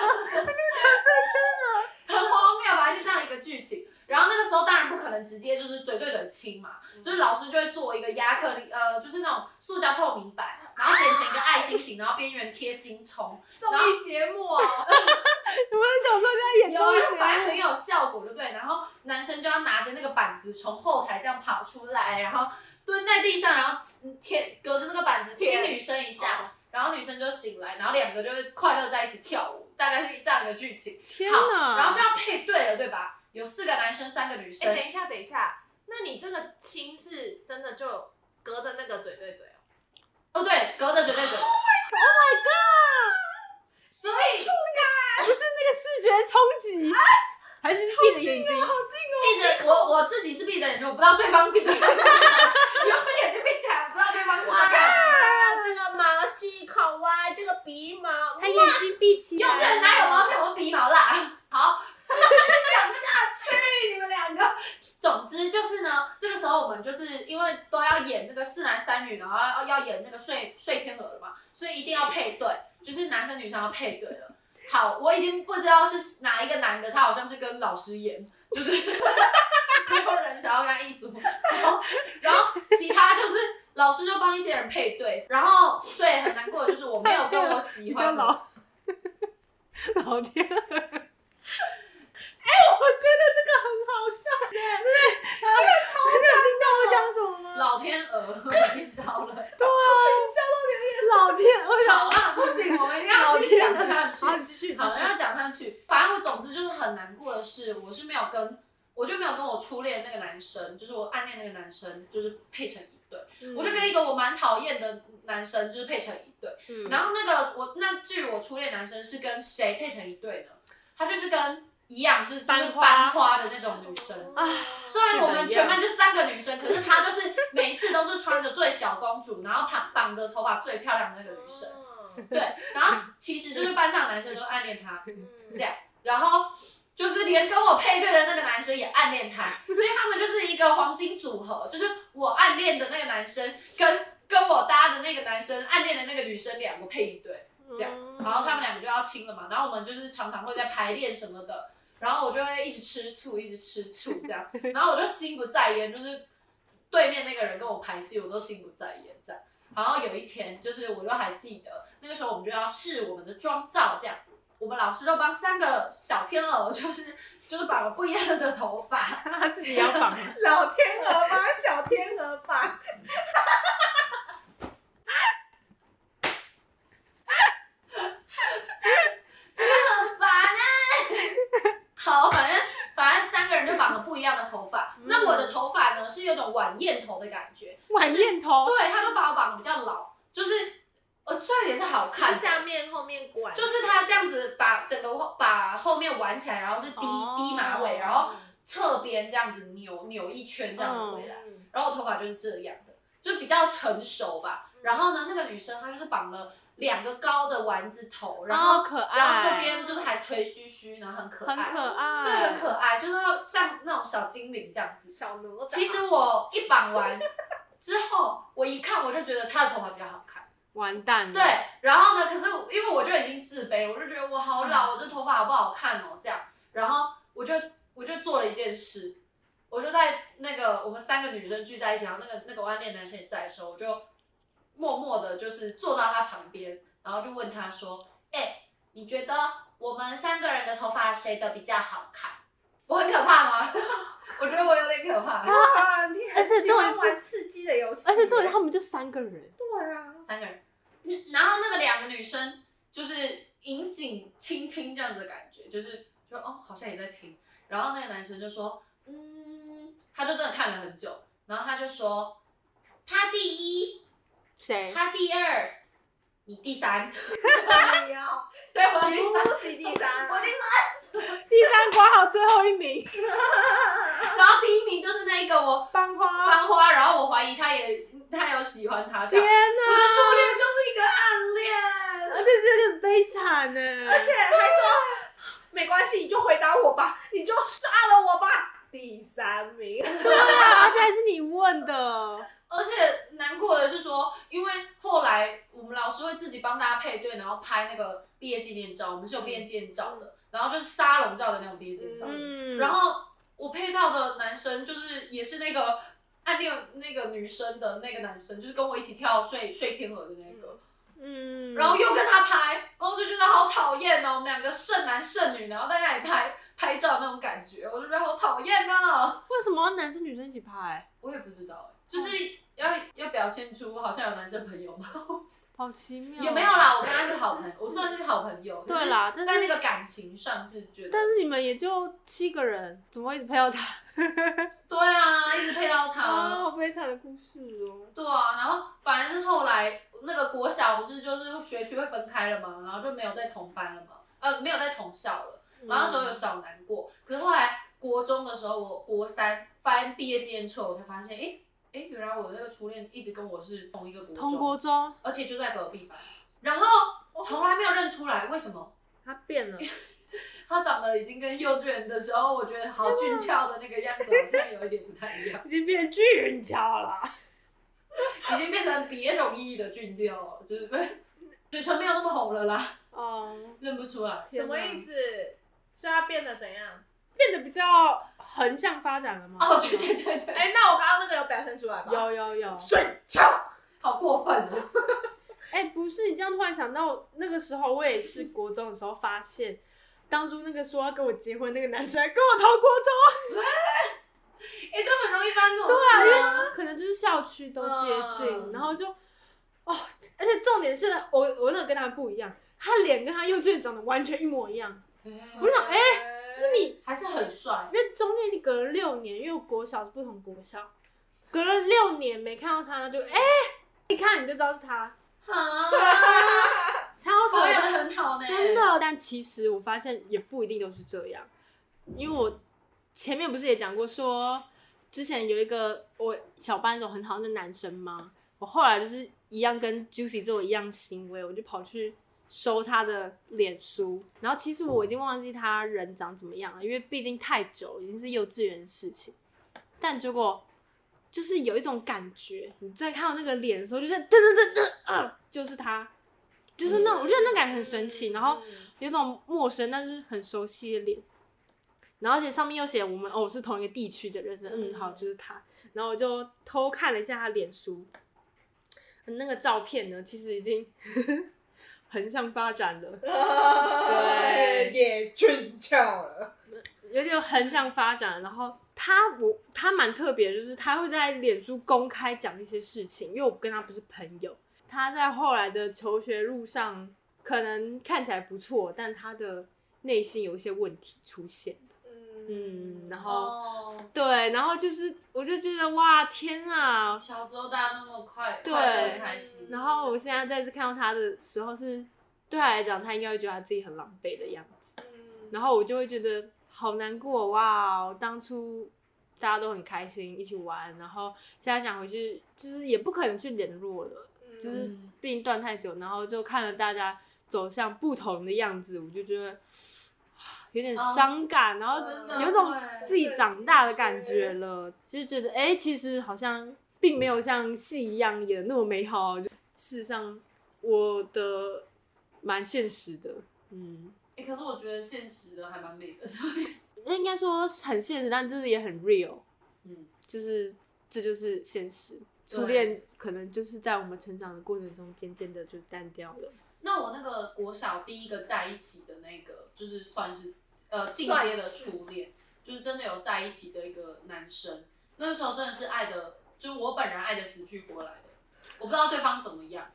Speaker 3: 很荒谬吧？就这样一个剧情。然后那个时候当然不可能直接就是嘴对嘴亲嘛，就是老师就会做一个亚克力，呃，就是那种塑胶透明板，然后剪成一个爱心形，然后边缘贴金葱，
Speaker 1: 综艺节目 啊，
Speaker 2: 我们小时候就在演
Speaker 3: 有
Speaker 2: 综艺
Speaker 3: 人反
Speaker 2: 节
Speaker 3: 正
Speaker 2: 目，
Speaker 3: 很有效果，对不对？然后男生就要拿着那个板子从后台这样跑出来，然后蹲在地上，然后贴隔着那个板子亲
Speaker 1: 天
Speaker 3: 女生一下，然后女生就醒来，然后两个就会快乐在一起跳舞，大概是这样一个剧情。
Speaker 2: 天
Speaker 3: 啊好，然
Speaker 2: 哪！
Speaker 3: 后就要配对了，对吧？有四个男生，三个女
Speaker 1: 哎、
Speaker 3: 生。
Speaker 1: 等一下，等一下，那你这个亲是真的就隔着那个嘴对嘴哦？
Speaker 3: 哦，对，隔着对对对。Oh my god! Oh my god! 所以
Speaker 2: 不是那个视觉冲击，还是闭着眼睛？
Speaker 3: 闭着我我自己是闭着眼睛，我不知道对方闭着眼睛，有眼睛闭起来不知道对方是
Speaker 4: 哇，
Speaker 3: 谁。
Speaker 4: 这个毛细孔哇，
Speaker 1: 啊
Speaker 4: 这个鼻毛，
Speaker 2: 他眼睛闭起来
Speaker 3: 幼
Speaker 2: 了，
Speaker 3: 稚园
Speaker 2: 啊
Speaker 3: 哪有毛线？我鼻毛啦。 好，讲下去，你们两个。总之就是呢，这个时候我们就是因为都要演那个四男三女，然后要要演那个睡睡天鹅了嘛，所以一定要配对，就是男生女生要配对了。好，我已经不知道是 哪一个男的，他好像是跟老师演，就是没有人想要跟他一组。然后，然后其他就是老师就帮一些人配对，然后对很难过的就是我没有跟我喜
Speaker 2: 比较
Speaker 3: 欢的。
Speaker 2: 老，老 天鹅。 哎、我觉得这个很好笑，对，这个超难的。我讲什么吗？
Speaker 3: 老天鹅，我听到了。
Speaker 2: 老天，我
Speaker 3: 好啊，不行，我们一定要继续讲下去。
Speaker 2: 好，你继续，
Speaker 3: 好，
Speaker 2: 继续
Speaker 3: 要讲下去。反正我总之就是很难过的是，我是没有跟，我就没有跟我初恋那个男生，就是我暗恋那个男生，就是配成一对。我就跟一个我蛮讨厌的男生，就是配成一对。
Speaker 2: 嗯
Speaker 3: 然后那个我，那至于我初恋男生是跟谁配成一对呢？他就是跟一样是就是
Speaker 2: 班花
Speaker 3: 班花的那
Speaker 1: 嗯
Speaker 3: 种女生。
Speaker 4: 啊，
Speaker 3: 虽然我们全班就三个女生，可是她就是每一次都是穿着最小公主，然后绑绑的头发最漂亮的
Speaker 1: 嗯
Speaker 3: 那个女 生。对，然后其实就是班上的男生都暗恋她，这样，然后就是连跟我配对的那个男生也暗恋她，所以他们就是一个黄金组合，就是我暗恋的那个男生跟跟我搭的那个男生暗恋的那个女生两个配一对。这样
Speaker 1: 嗯
Speaker 3: 然后他们两个就要亲了嘛，然后我们就是常常会在排练什么的，然后我就会一直吃醋，一直吃醋这样，然后我就心不在焉，就是对面那个人跟我排戏，我都心不在焉这样。然后有一天，就是我都还记得，那个时候我们就要试我们的妆造这样，我们老师就帮三个小天鹅，就是就是绑了不一样的头发，
Speaker 2: 他自己要绑，
Speaker 1: 老天鹅吧，小天鹅吧，
Speaker 3: 很烦哎、好，反正反正三个人就绑了不一样的头发，那我的头发呢是有种晚宴头的感觉，
Speaker 2: 晚宴头，
Speaker 3: 对，他就把我绑的比较老，就是呃，这也是好
Speaker 1: 看
Speaker 3: 看的，
Speaker 1: 下面后面管，
Speaker 3: 就是他这样子把整个把后面挽起来，然后是低、
Speaker 2: 哦
Speaker 3: 低马尾，然后侧边这样子扭扭一圈这样子回来，
Speaker 1: 嗯
Speaker 3: 然后我头发就是这样的，就比较成熟吧。
Speaker 2: 嗯
Speaker 3: 然后呢，那个女生她就是绑了两个高的丸子头，然后、
Speaker 2: 哦可爱，
Speaker 3: 然后这边就是还垂须须，然后很可爱，
Speaker 2: 很可爱，
Speaker 3: 对，很可爱，就是像那种小精灵这样子。
Speaker 1: 小哪吒，
Speaker 3: 其实我一绑完之后，我一看我就觉得她的头发比较好看。
Speaker 2: 完蛋了，
Speaker 3: 对，然后呢，可是因为我就已经自卑了，我就觉得我好老，我这头发好不好看哦，这样。然后我就我就做了一件事，我就在那个我们三个女生聚在一起，然后那个那个我暗恋男生也在的时候，我就默默的就是坐到他旁边，然后就问他说：“哎、你觉得我们三个人的头发谁的比较好看？”我很可怕吗？ 我觉得我有点可
Speaker 1: 啊
Speaker 3: 怕。
Speaker 1: 哇，你很
Speaker 2: 而且
Speaker 1: 喜欢
Speaker 2: 重点是
Speaker 1: 玩刺激的游戏，
Speaker 2: 而且重点他们就三个人，
Speaker 1: 对啊，
Speaker 3: 三个人，嗯然后那个两个女生就是引颈倾听这样子的感觉，就是就哦好像也在听，然后那个男生就说，嗯，他就真的看了很久，然后他就说，他第一，
Speaker 2: 谁？
Speaker 3: 他第二，你第三，
Speaker 1: 哎呀，
Speaker 3: 对我
Speaker 1: 全部都是第三，啊
Speaker 3: 我第
Speaker 2: 第三关好最后一名，
Speaker 3: 三，然后第一名就是那一个我
Speaker 2: 班花，
Speaker 3: 班花，然后我怀疑他也他有喜欢他这
Speaker 2: 天
Speaker 3: 样，我的
Speaker 2: 哪，
Speaker 3: 初恋就是一个暗恋。
Speaker 2: 而且是有点悲惨呢，
Speaker 1: 而且还说没关系，你就回答我吧，你就杀了我吧。第三名，
Speaker 2: 对啊，而且还是你问的，
Speaker 3: 而且难过的是说，因为后来我们老师会自己帮大家配对，然后拍那个毕业纪念照，我们是有毕业纪念照的，然后就是沙龙照的那种毕业纪念照。
Speaker 2: 嗯，
Speaker 3: 然后我配到的男生就是也是那个暗恋那个女生的那个男生，就是跟我一起跳睡睡天鹅的那个，
Speaker 2: 嗯，
Speaker 3: 然后又跟他拍，然后我就觉得好讨厌哦，我们两个剩男剩女，然后在那里拍拍照那种感觉，我就觉得好讨厌哦。
Speaker 2: 为什么要男生女生一起拍？
Speaker 3: 我也不知道哎、
Speaker 2: 哦
Speaker 3: 就是要要表现出好像有男生朋友 吗？
Speaker 2: 好奇妙，哦
Speaker 3: 也没有。啦，我跟他是好朋友，我算是好朋友。
Speaker 2: 对啦
Speaker 3: 可是
Speaker 2: 但
Speaker 3: 在
Speaker 2: 是
Speaker 3: 那个感情上是觉得，
Speaker 2: 但是你们也就七个人，怎么会一直配到他？
Speaker 3: 对 啊，一直配到
Speaker 2: 啊，
Speaker 3: 他，
Speaker 2: 好悲惨的故事哦。
Speaker 3: 对啊，然后反正后来那个国小不是就是学区会分开了嘛，然后就没有在同班了嘛，呃，没有在同校了，然后那
Speaker 2: 嗯
Speaker 3: 时候有小难过。可是后来国中的时候，我国三翻毕业纪念册，我才发现，哎、哎、原来我那个初恋一直跟我是同一个国中，
Speaker 2: 通国中
Speaker 3: 而且就在隔壁班，然后从来没有认出来，为什么？
Speaker 2: 他变了，
Speaker 3: 他长得已经跟幼稚园的时候我觉得好俊俏的那个样子，好像有一点不太 一样，
Speaker 2: 已经变俊俏了。
Speaker 3: 已经变成别种意义的俊俏了，就是 被嘴唇没有那么红了啦，
Speaker 2: 哦，
Speaker 3: 认不出来。
Speaker 1: 什么意思？所以他变得怎样？
Speaker 2: 变得比较横向发展了吗？
Speaker 3: 哦，对对对 对，
Speaker 1: 哎、那我刚刚那个有表现出来吧？
Speaker 2: 有有有，
Speaker 1: 准翘。
Speaker 3: 好过分哦！
Speaker 2: 哎、不是，你这样突然想到，那个时候我也是国中的时候发现，当初那个说要跟我结婚那个男生还跟我同国中，
Speaker 3: 哎、就很容易发生这种事啊。
Speaker 2: 可能就是校区都接近，
Speaker 3: 嗯
Speaker 2: 然后就，哦，而且重点是我我那个跟他不一样，他脸跟他幼稚园长得完全一模一样，我想哎就是你，
Speaker 3: 还是很 帅
Speaker 2: 因，为中间隔了六年，因为我国小是不同国校，隔了六年没看到他，那就哎、一看你就知道是他，
Speaker 3: 啊，
Speaker 2: 超
Speaker 3: 保
Speaker 2: 傻
Speaker 3: 养
Speaker 2: 的。
Speaker 3: 的很好呢，
Speaker 2: 真。的。但其实我发现也不一定都是这样，因为我前面不是也讲过说，之前有一个我小班的时候很好的男生吗？我后来就是一样跟 Juicy 做一样行为，我就跑去收他的脸书，然后其实我已经忘记他人长怎么样了，因为毕竟太久，已经是幼稚园的事情。但结果就是有一种感觉，你在看到那个脸的时候，就是噔噔噔噔，啊，就是他，就是那种，我觉得那感觉很神奇。然后
Speaker 1: 嗯
Speaker 2: 有种陌生但是很熟悉的脸，然后而且上面又写我们哦是同一个地区的人，嗯，好，就是他。然后我就偷看了一下他脸书，那个照片呢，其实已经 横向发展了，对
Speaker 1: 也俊俏了。
Speaker 2: 有点横向发展。然后他我他蛮特别的，就是他会在脸书公开讲一些事情，因为我跟他不是朋友。他在后来的求学路上，可能看起来不错，但他的内心有一些问题出现。嗯，然后、
Speaker 3: 哦，
Speaker 2: 对，然后就是我就觉得哇天啊！
Speaker 3: 小时候大家那么快，
Speaker 2: 对
Speaker 3: 快乐开心，
Speaker 2: 然后我现在再次看到他的时候是，对他来讲，他应该会觉得他自己很狼狈的样子。然后我就会觉得好难过哇！哦当初大家都很开心一起玩，然后现在想回去，就是也不可能去联络了，就是
Speaker 3: 嗯
Speaker 2: 毕竟断太久，然后就看了大家走向不同的样子，我就觉得 哇有点
Speaker 3: 哦
Speaker 2: 伤感，然后
Speaker 3: 真的
Speaker 2: 有种
Speaker 3: 会
Speaker 2: 自己长大的感觉了，就是觉得哎、诶其实好像并没有像戏一样演的那么美好。就事实上，我的蛮现实的，嗯，
Speaker 3: 哎、可是我觉得现实的还蛮美的，所以
Speaker 2: 应该说很现实，但就是也很 real，
Speaker 3: 嗯，
Speaker 2: 就是这就是现实。初恋可能就是在我们成长的过程中，渐渐的就淡掉了。
Speaker 3: 那我那个国小第一个在一起的那个，就是算是呃进阶的初恋，就是真的有在一起的一个男生。那个时候真的是爱的，就是我本人爱的死去活来的。我不知道对方怎么样，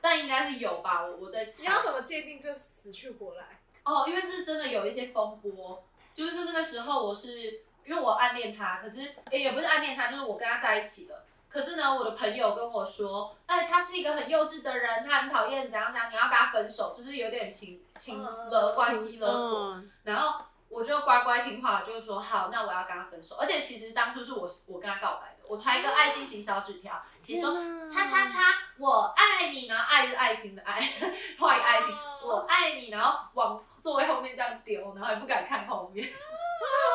Speaker 3: 但应该是有吧，我我在猜。
Speaker 1: 你要怎么界定就死去活来？
Speaker 3: 哦，因为是真的有一些风波，就是那个时候我是因为我暗恋他，可是、诶也不是暗恋他，就是我跟他在一起了。可是呢，我的朋友跟我说，哎，他是一个很幼稚的人，他很讨厌怎样怎样，你要跟他分手，就是有点情情勒关系勒索。
Speaker 2: 嗯，
Speaker 3: 然后我就乖乖听话，就说好，那我要跟他分手。而且其实当初是我我跟他告白的，我传一个爱心型小纸条，其实说
Speaker 2: 嗯天哪
Speaker 3: 叉叉叉，我爱你，然后爱是爱心的爱，画一个爱心
Speaker 1: 哦，
Speaker 3: 我爱你，然后往座位后面这样丢，然后也不敢看后面。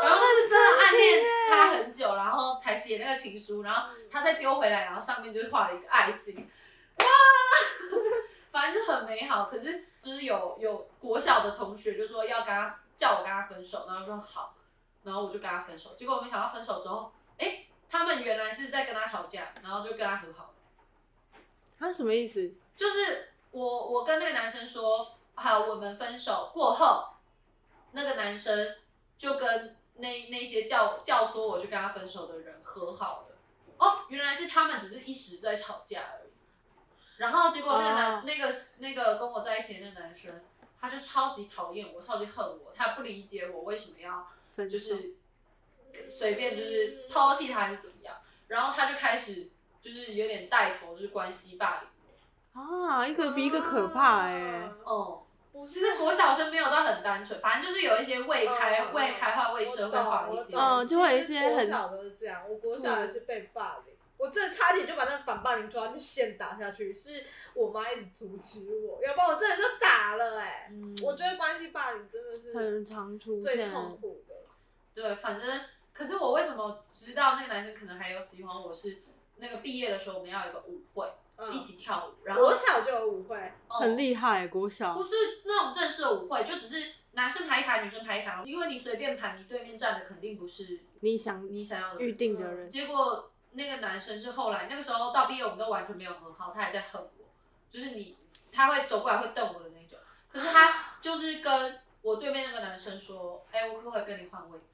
Speaker 3: 然后那是真的暗恋他很久，然后才写那个情书，然后
Speaker 2: 嗯
Speaker 3: 他再丢回来，然后上面就画了一个爱心，哇， 反正就很美好。可是就是有有国小的同学就说要跟他叫我跟他分手，然后我说好，然后我就跟他分手。结果我没想到分手之后，哎、他们原来是在跟他吵架，然后就跟他和好了。
Speaker 2: 他什么意思？
Speaker 3: 就是我我跟那个男生说，好，我们分手过后，那个男生就跟那那些教教唆我去跟他分手的人和好了。哦，原来是他们只是一时在吵架而已。然后结果那个男、
Speaker 2: 啊
Speaker 3: 那个那个跟我在一起的那个男生，他就超级讨厌我，超级恨我，他不理解我为什么要
Speaker 2: 分
Speaker 3: 就
Speaker 2: 手
Speaker 3: 是随便就是抛弃他还是怎么样，然后他就开始就是有点带头就是关系霸凌。
Speaker 2: 啊，一个比一个可怕哎、
Speaker 3: 哦、
Speaker 1: 不
Speaker 3: 其实国小生没有到很单纯，反正就是有一些未开、
Speaker 1: 嗯
Speaker 3: 未开化、未
Speaker 1: 我
Speaker 3: 社会
Speaker 1: 懂
Speaker 3: 化的一
Speaker 1: 我
Speaker 3: 些
Speaker 1: 懂
Speaker 2: 嗯就会有一
Speaker 1: 其实
Speaker 2: 些很
Speaker 1: 国小都是这样，我国小也是被霸凌，我真的差点就把那个反霸凌抓去现打下去，是我妈一直阻止我，要不然我真的就打了哎、
Speaker 2: 嗯
Speaker 1: 我觉得关系霸凌真的是
Speaker 2: 很常出
Speaker 1: 最
Speaker 2: 现。
Speaker 1: 痛苦的。
Speaker 3: 对，反正可是我为什么知道那个男生可能还有喜欢我是那个毕业的时候我们要有一个舞会、一
Speaker 1: 嗯，
Speaker 3: 起跳舞，然后
Speaker 1: 我小就有舞会，
Speaker 3: 哦
Speaker 2: 很厉害，国小
Speaker 3: 不是那种正式的舞会，就只是男生排一排，女生排一排，因为你随便排，你对面站的肯定不是
Speaker 2: 你想
Speaker 3: 你想要的人
Speaker 2: 预定的人，
Speaker 3: 结果那个男生是后来那个时候到毕业，我们都完全没有和好，他还在恨我，就是你他会走过来会瞪我的那种。可是他就是跟我对面那个男生说：“哎、我可不可以跟你 换位置？”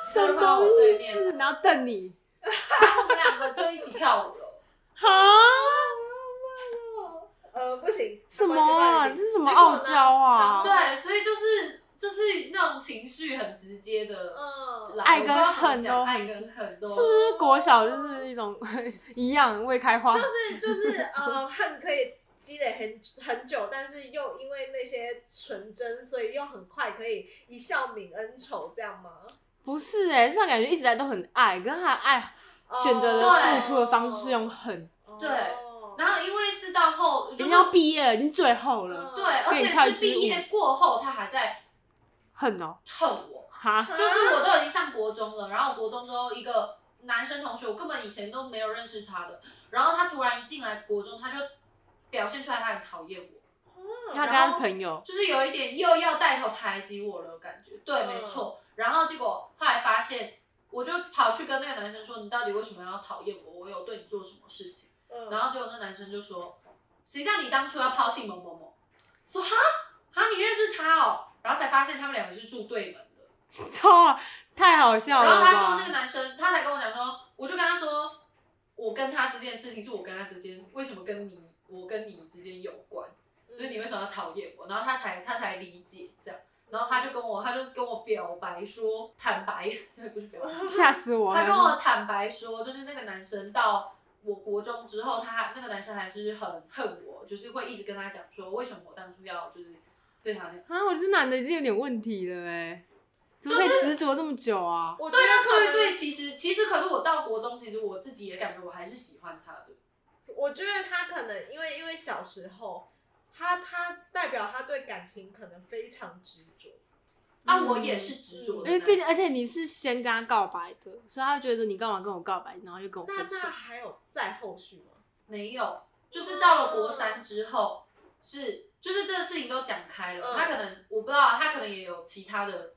Speaker 2: 什
Speaker 3: 他就换我
Speaker 2: 么
Speaker 3: 对
Speaker 2: 意
Speaker 3: 面
Speaker 2: 思？然后瞪你，
Speaker 3: 我们两个就一起跳舞了。
Speaker 2: 哈？
Speaker 1: 啊呃，不行，
Speaker 2: 什么
Speaker 1: 关系霸
Speaker 2: 啊？
Speaker 1: 凌
Speaker 2: 这是什么
Speaker 1: 结果
Speaker 2: 傲
Speaker 1: 呢
Speaker 2: 娇啊？
Speaker 3: 对，所以就是就是那种情绪很直接的，
Speaker 1: 嗯，
Speaker 3: 来
Speaker 2: 爱
Speaker 3: 我
Speaker 2: 跟
Speaker 3: 不知道怎么
Speaker 2: 恨
Speaker 3: 讲
Speaker 2: 都
Speaker 3: 爱
Speaker 2: 很
Speaker 3: 跟恨都
Speaker 2: 是不是国小就是一种 一样未开花？
Speaker 1: 就是 就是呃，恨可以积累很很久，但是又因为那些纯真，所以又很快可以一笑泯恩仇，这样吗？
Speaker 2: 不是哎、欸，这样感觉一直以来都很爱，跟他的爱选择
Speaker 3: 对
Speaker 2: 的付出的方式用狠。
Speaker 3: 对
Speaker 1: 哦
Speaker 3: 然后因为是到后，
Speaker 2: 已
Speaker 3: 哦就
Speaker 2: 经
Speaker 3: 是嗯
Speaker 2: 要毕业了，已经最后了，
Speaker 3: 对，而
Speaker 2: 跟你跳
Speaker 3: 且是
Speaker 2: 支
Speaker 3: 毕
Speaker 2: 舞
Speaker 3: 业过后，他还在
Speaker 2: 恨哦、
Speaker 3: 恨我。
Speaker 2: 哈，
Speaker 3: 就是我都已经上国中了，然后我国中之后一个男生同学，我根本以前都没有认识他的，然后他突然一进来国中，他就表现出来他很讨厌我，
Speaker 2: 他跟他是朋 友，
Speaker 3: 就是有一点又要带头排挤我了感觉。对，
Speaker 1: 嗯
Speaker 3: 没错。然后结果后来发现，我就跑去跟那个男生说：“你到底为什么要讨厌我？我有对你做什么事情？”
Speaker 1: 嗯
Speaker 3: 然后结果那男生就说：“谁叫你当初要抛弃某某某？”说哈哈，你认识他哦？然后才发现他们两个是住对门的。
Speaker 2: 操，太好笑
Speaker 3: 然
Speaker 2: 了
Speaker 3: 后他说那个
Speaker 2: 吧？
Speaker 3: 男生，他才跟我讲说，我就跟他说，我跟他这件事情是我跟他之间，为什么跟你我跟你之间有关？就是你为什么要讨厌我？然后他才他才理解这样，然后他就跟我他就跟我表白说，坦白 对不是表白，
Speaker 2: 吓死我了！
Speaker 3: 他跟我坦白说，就是那个男生到我国中之后，他那个男生还是很恨我，就是会一直跟他讲说，为什么我当初要就是对他那样。
Speaker 2: 啊，我这男的已经有点问题了哎、怎么
Speaker 3: 就
Speaker 2: 可以执
Speaker 3: 是
Speaker 2: 着这么久 啊？
Speaker 1: 我觉
Speaker 3: 对啊，
Speaker 1: 得
Speaker 3: 所
Speaker 1: 可
Speaker 3: 以
Speaker 1: 能
Speaker 3: 所以其实其实可是我到国中，其实我自己也感觉我还是喜欢他的。
Speaker 1: 我觉得他可能因为因为小时候，他他代表他对感情可能非常执着，
Speaker 3: 啊，
Speaker 2: 嗯
Speaker 3: 我也是执着
Speaker 2: 因
Speaker 3: 的那
Speaker 2: 为
Speaker 3: 种。
Speaker 2: 毕竟，而且你是先跟他告白的，所以他觉得说你干嘛跟我告白，然后又跟我
Speaker 1: 那
Speaker 2: 分手
Speaker 1: 那。还有再后续吗？
Speaker 3: 没有，就是到了国三之后，是就是这个事情都讲开了。
Speaker 1: 嗯
Speaker 3: 他可能我不知道，他可能也有其他的，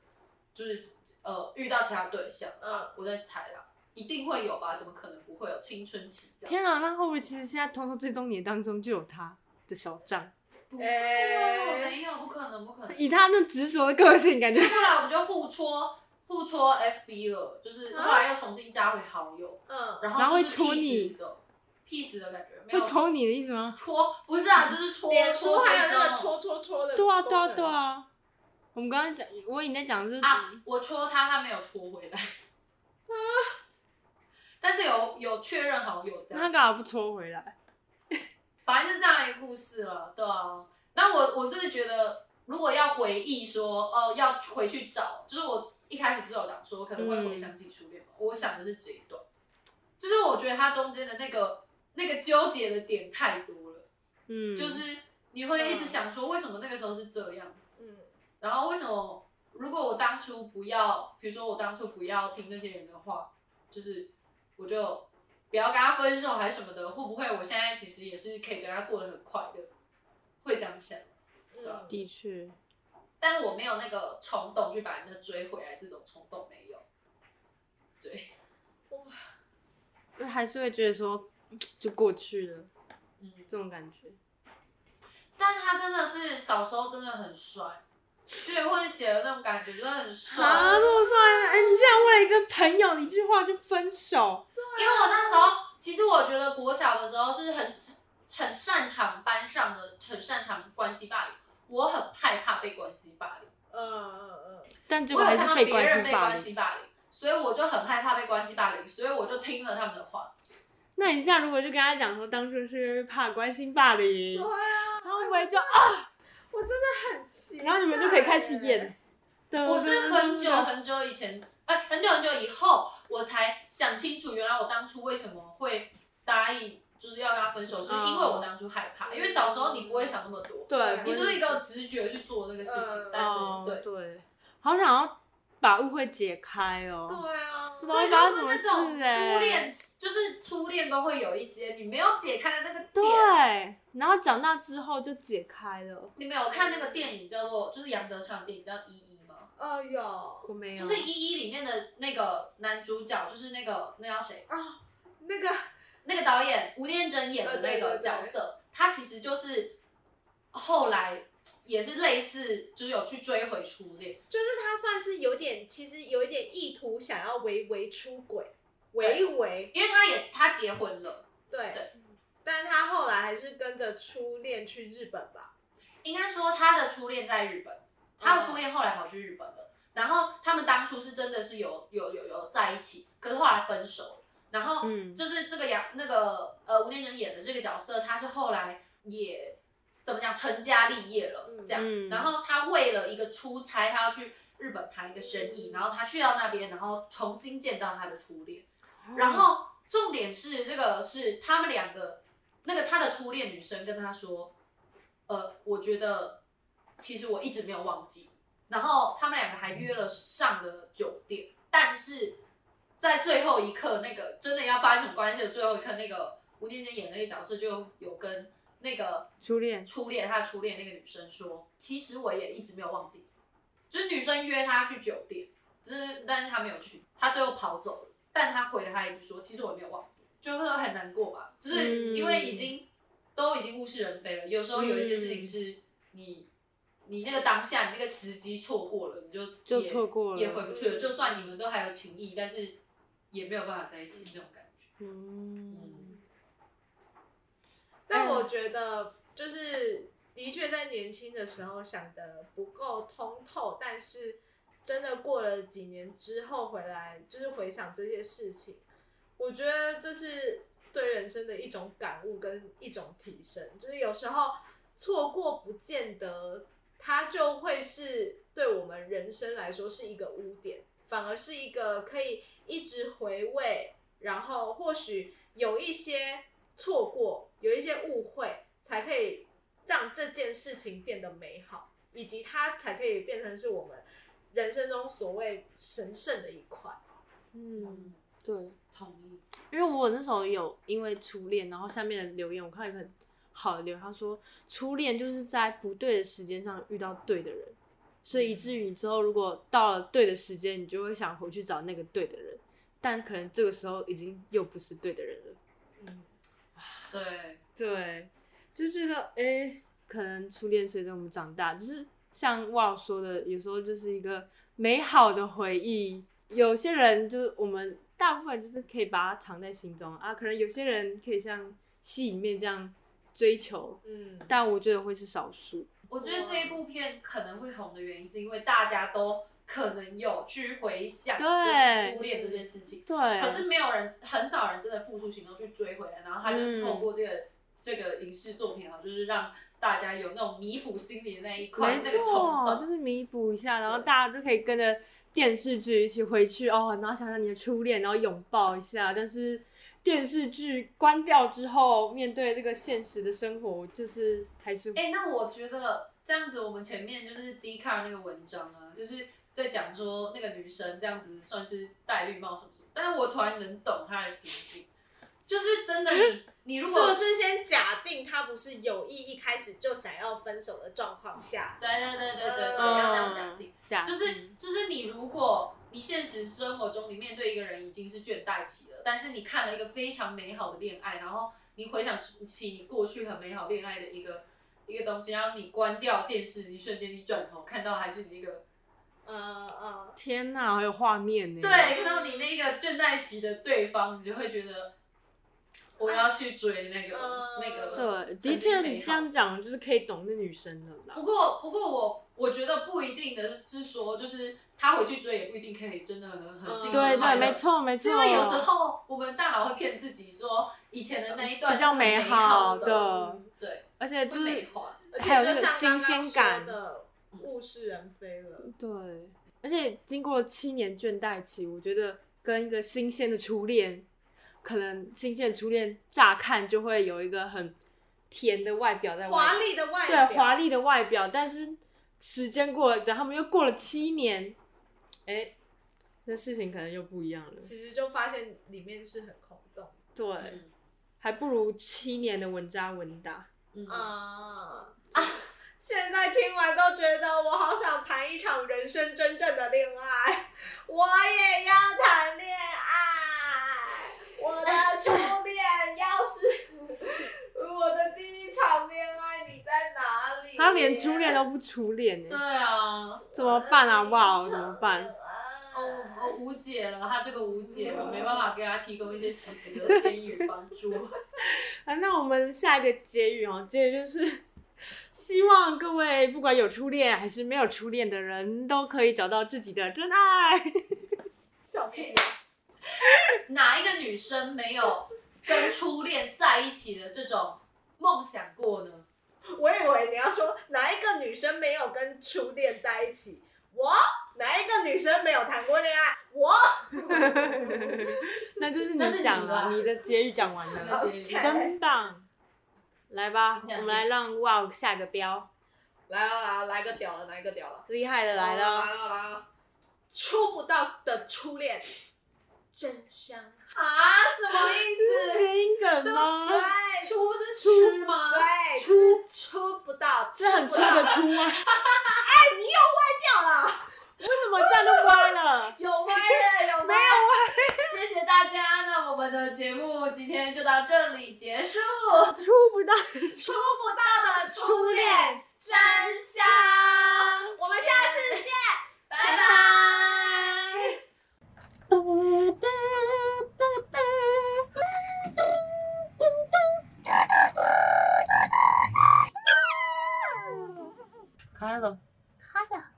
Speaker 3: 就是呃遇到其他对象。
Speaker 1: 嗯
Speaker 3: 我在猜啦，一定会有吧？怎么可能不会有青春期这样？
Speaker 2: 天啊，那会不会其实现在通通追踪你的当中就有他的小账？
Speaker 3: 不会
Speaker 1: 哎
Speaker 3: 啊，没有，不可能，不可能。
Speaker 2: 以他那执着的个性，感觉
Speaker 3: 后来我们就互戳互戳 FB 了，就是后来又重新加回好友，
Speaker 1: 嗯，
Speaker 3: 然后
Speaker 2: 啊然后会
Speaker 3: 就是
Speaker 2: 戳
Speaker 3: peace
Speaker 2: 你
Speaker 3: 的 peace 的感觉，没
Speaker 2: 会
Speaker 3: 有
Speaker 2: 抽你的意思吗？
Speaker 3: 戳不是啊，就是戳
Speaker 1: 脸书还有那个
Speaker 3: 追踪
Speaker 1: 戳戳戳的
Speaker 2: 对
Speaker 1: 功
Speaker 2: 啊，
Speaker 1: 能，
Speaker 2: 对啊，对啊。我们刚刚讲，我以为你在讲的是
Speaker 3: 啊，我戳他，他没有戳回来。啊但是有有确认好友这
Speaker 2: 那他
Speaker 3: 样，
Speaker 2: 干嘛不抽回来？
Speaker 3: 反正是这样一个故事了，对啊。那我我真的觉得，如果要回忆说，哦、要回去找，就是我一开始不是有讲说可能
Speaker 2: 嗯
Speaker 3: 会回想起初恋嘛，我想的是这一段，就是我觉得它中间的那个那个纠结的点太多了，
Speaker 2: 嗯，啊
Speaker 3: 就是你会一直想说，为什么那个时候是这样子？
Speaker 1: 嗯，
Speaker 3: 然后为什么如果我当初不要，比如说我当初不要听那些人的话，就是我就不要跟他分手还是什么的，会不会我现在其实也是可以跟他过得很快乐？会这样想，
Speaker 1: 嗯
Speaker 2: 的确，
Speaker 3: 但我没有那个冲动去把人家追回来，这种冲动没有。对，
Speaker 2: 因为还是会觉得说就过去了
Speaker 3: 嗯，
Speaker 2: 这种感觉。
Speaker 3: 但他真的是小时候真的很帅，对混血的那种感觉真的很帅。
Speaker 2: 啊，这么帅！哎、你竟然为了一个朋友，你一句话就分手，
Speaker 3: 因为我那时候，其实我觉得国小的时候是很很擅长班上的，很擅长关系霸凌。我很害怕被关系霸凌，
Speaker 1: 嗯嗯
Speaker 2: 但结
Speaker 3: 我
Speaker 2: 果还
Speaker 3: 有看
Speaker 2: 是
Speaker 3: 到别
Speaker 2: 关
Speaker 3: 人
Speaker 2: 系
Speaker 3: 被
Speaker 2: 霸
Speaker 3: 关
Speaker 2: 凌。
Speaker 3: 系霸凌，所以我就很害怕被关系霸凌，所以我就听了他们的话。
Speaker 2: 那你这样如果就跟他讲说，当初是因为怕关心霸凌，
Speaker 1: 对啊，
Speaker 2: 然后会不会就啊，
Speaker 1: 我真的很奇，
Speaker 2: 然后你们就可以开始演。。嗯
Speaker 3: 我是很久很久以前，哎、很久很久以后，我才想清楚，原来我当初为什么会答应就是要跟他分手，是因
Speaker 2: 嗯
Speaker 3: 为我当初害怕，因为小时候你不会想那么多，
Speaker 2: 对，
Speaker 3: 你就是一
Speaker 2: 不
Speaker 3: 个
Speaker 2: 会
Speaker 3: 直觉去做那个事情
Speaker 1: 嗯，
Speaker 3: 但是
Speaker 2: 哦
Speaker 3: 对。
Speaker 2: 对，好想要把误会解开哦，
Speaker 1: 对啊
Speaker 2: 不，知道
Speaker 3: 对，
Speaker 2: 会
Speaker 3: 就
Speaker 2: 发生
Speaker 3: 是
Speaker 2: 什
Speaker 3: 那
Speaker 2: 么事
Speaker 3: 种
Speaker 2: 哎、
Speaker 3: 初恋，就是初恋都会有一些你没有解开的那个点。
Speaker 2: 对，然后长大之后就解开了，
Speaker 3: 你们有看那个电影叫做，就是杨德昌的电影叫《一一》吗？
Speaker 1: 哦有
Speaker 2: 我没有，
Speaker 3: 就是《一一》里面的那个男主角，就是那个那叫谁？
Speaker 1: 啊，那个
Speaker 3: 那个导演吴念真演的那
Speaker 1: 呃对对
Speaker 3: 个
Speaker 1: 对
Speaker 3: 角色，他其实就是后来也是类似，就是有去追回初恋。
Speaker 1: 就是他算是有点，其实有一点意图想要微微出轨，微微
Speaker 3: 因为他也他结婚了，
Speaker 1: 对，
Speaker 3: 对
Speaker 1: 但他后来还是跟着初恋去日本吧，
Speaker 3: 应该说他的初恋在日本，他的初恋后来跑去日本了。然后他们当初是真的是有有有有在一起，可是后来分手了。然后
Speaker 2: 嗯
Speaker 3: 就是这个杨那个呃吴念真演的这个角色，他是后来也怎么讲成家立业了
Speaker 1: 嗯
Speaker 3: 这样。
Speaker 2: 嗯
Speaker 3: 然后他为了一个出差，他要去日本谈一个生意，
Speaker 1: 嗯
Speaker 3: 然后他去到那边，然后重新见到他的初恋。
Speaker 2: 哦
Speaker 3: 然后重点是这个是他们两个，那个他的初恋女生跟他说，呃，我觉得其实我一直没有忘记。然后他们两个还约了上了酒店，但是在最后一刻，那个真的要发生什么关系的最后一刻，那个吴念真演的那个角色就有跟那个
Speaker 2: 初恋
Speaker 3: 初恋他的初恋那个女生说，其实我也一直没有忘记你，就是女生约他去酒店，就是但是他没有去，他最后跑走了，但他回了他一句说，其实我也没有忘记你，就是很难过吧，就是因为已经、都已经物是人非了，有时候有一些事情是你。你那个当下，你那个时机错过了，你就
Speaker 2: 就
Speaker 3: 也
Speaker 2: 错过了
Speaker 3: 也回不去了。就算你们都还有情谊，但是也没有办法在一起那种感觉。
Speaker 2: 嗯，
Speaker 1: 但我觉得就是的确在年轻的时候想的不够通透，但是真的过了几年之后回来，就是回想这些事情，我觉得这是对人生的一种感悟跟一种提升。就是有时候错过不见得它就会是对我们人生来说是一个污点，反而是一个可以一直回味，然后或许有一些错过，有一些误会，才可以让这件事情变得美好，以及它才可以变成是我们人生中所谓神圣的一块。
Speaker 2: 嗯，对。
Speaker 3: 同意。
Speaker 2: 因为我那时候有因为初恋，然后下面的留言我看到一个很好的留言，他说初恋就是在不对的时间上遇到对的人，所以以至于你之后如果到了对的时间，你就会想回去找那个对的人，但可能这个时候已经又不是对的人了。
Speaker 1: 嗯，
Speaker 3: 对，
Speaker 2: 对，就觉得哎、诶可能初恋随着我们长大，就是像哇说的，有时候就是一个美好的回忆。有些人就是我们大部分人就是可以把它藏在心中啊，可能有些人可以像戏里面这样追求，
Speaker 1: 嗯，
Speaker 2: 但我觉得会是少数。
Speaker 3: 我觉得这一部片可能会红的原因，是因为大家都可能有去回想就是
Speaker 2: 对
Speaker 3: 初恋这件事情，
Speaker 2: 对，
Speaker 3: 可是没有人，很少人真的付出行动去追回来，然后他就
Speaker 2: 嗯
Speaker 3: 是透过这个、这个影视作品啊，就是让大家有那种弥补心理的那一块
Speaker 2: 没
Speaker 3: 那个冲
Speaker 2: 错，
Speaker 3: 动，
Speaker 2: 就是弥补一下，然后
Speaker 3: 对
Speaker 2: 大家就可以跟着电视剧一起回去哦，然后想想你的初恋，然后拥抱一下。但是电视剧关掉之后，面对这个现实的生活，就是还是
Speaker 3: 哎、那我觉得这样子，我们前面就是 d c a r 那个文章啊，就是在讲说那个女生这样子算是戴绿帽什么什么，但是我突然能懂她的心境，就是真的你你如
Speaker 1: 是
Speaker 3: 果
Speaker 1: 不是先假定他不是有意一开始就想要分手的状况下？
Speaker 3: 对对对对对对，
Speaker 1: 嗯
Speaker 3: 要这样讲定，
Speaker 2: 假
Speaker 3: 就是就是你如果你现实生活中你面对一个人已经是倦怠期了，但是你看了一个非常美好的恋爱，然后你回想起你过去很美好恋爱的一个一个东西，然后你关掉电视，一瞬间你转头看到还是你那个。
Speaker 1: 呃呃，
Speaker 2: 天哪，好有画面
Speaker 1: 嗯
Speaker 2: 呢。
Speaker 3: 对，看到你那个倦怠期的对方，你就会觉得我要去追那个、
Speaker 1: 嗯
Speaker 3: 那个。
Speaker 2: 对，的确你这样。讲，就是可以懂那女生的啦
Speaker 3: 不。过，不过我我觉得不一定的是说，就是他回去追也不一定可以真的很
Speaker 1: 嗯
Speaker 3: 很幸福、
Speaker 2: 对
Speaker 3: 快
Speaker 2: 对，
Speaker 3: 乐
Speaker 2: 没。错没错。
Speaker 3: 是因为有时候我们大脑会骗自己说，以前的那一段
Speaker 2: 比较
Speaker 3: 是美
Speaker 2: 好
Speaker 3: 的，嗯
Speaker 2: 的，
Speaker 3: 对，
Speaker 2: 而且
Speaker 3: 会
Speaker 2: 就是
Speaker 3: 美化。
Speaker 1: 而且
Speaker 2: 还有
Speaker 1: 就
Speaker 2: 那个
Speaker 1: 像刚
Speaker 2: 新
Speaker 1: 刚
Speaker 2: 鲜
Speaker 1: 说
Speaker 2: 感
Speaker 1: 的，物是人非了。
Speaker 2: 对，而且经过七年倦怠期，我觉得跟一个新鲜的初恋，可能《新鲜初恋》乍看就会有一个很甜的外表在外
Speaker 1: 华
Speaker 2: 面
Speaker 1: 丽的外
Speaker 2: 嗯对啊
Speaker 1: 表，
Speaker 2: 华丽的外表，但是时间过了，等他们又过了七年，哎，那事情可能又不一样了。
Speaker 1: 其实就发现里面是很空洞
Speaker 2: 对，
Speaker 3: 嗯
Speaker 2: 还不如七年的稳扎稳打。
Speaker 3: 嗯，
Speaker 1: 啊啊！现在听完都觉得我好想谈一场人生真正的恋爱， 我也要谈恋爱，我的初恋要是我的第一场恋爱，你在哪里？
Speaker 2: 他连初恋都不初恋呢，
Speaker 3: 对啊，
Speaker 2: 怎么办啊？哇哦，怎么办？？
Speaker 3: 哦，我无解了，他这个无解，我没办法给他提供一些实质的建议与帮助。
Speaker 2: 啊，那我们下一个结语哦，结语就是。希望各位不管有初恋还是没有初恋的人，都可以找到自己的真爱。
Speaker 1: 小屁
Speaker 3: 哪一个女生没有跟初恋在一起的这种梦想过呢？
Speaker 1: 我以为你要说哪一个女生没有跟初恋在一起，我哪一个女生没有谈过恋爱，我
Speaker 2: 那就是
Speaker 3: 那是
Speaker 2: 你
Speaker 3: 你
Speaker 2: 讲了，
Speaker 3: 吧
Speaker 2: 你的结语讲完了。
Speaker 3: 那结局
Speaker 1: OK
Speaker 2: 真棒！来吧，
Speaker 3: 这样
Speaker 2: 我们来让 Wow 下个标，
Speaker 1: 来了来了，来个屌的，来个屌的。
Speaker 2: 厉害的来了，
Speaker 1: 来了来了，出不到的初恋，真香。
Speaker 3: 啊，什么意
Speaker 2: 这是
Speaker 3: 思？
Speaker 2: 谐音梗
Speaker 1: 啊
Speaker 2: 吗？
Speaker 1: 对
Speaker 3: 出是吃吗？
Speaker 1: 对，出出不到，
Speaker 2: 是很
Speaker 1: 出
Speaker 2: 粗
Speaker 1: 不到
Speaker 2: 的粗吗？
Speaker 1: 哎你又歪掉了，
Speaker 2: 为什么这样都歪了？
Speaker 3: 有歪耶， 有没有
Speaker 1: 啊
Speaker 3: 歪？谢谢大家，那我们的节目今天就到这里结束。
Speaker 2: 粗不到，
Speaker 1: 出不到的初恋真香。我们下次见，拜拜。哎
Speaker 2: 开了。
Speaker 4: 开了。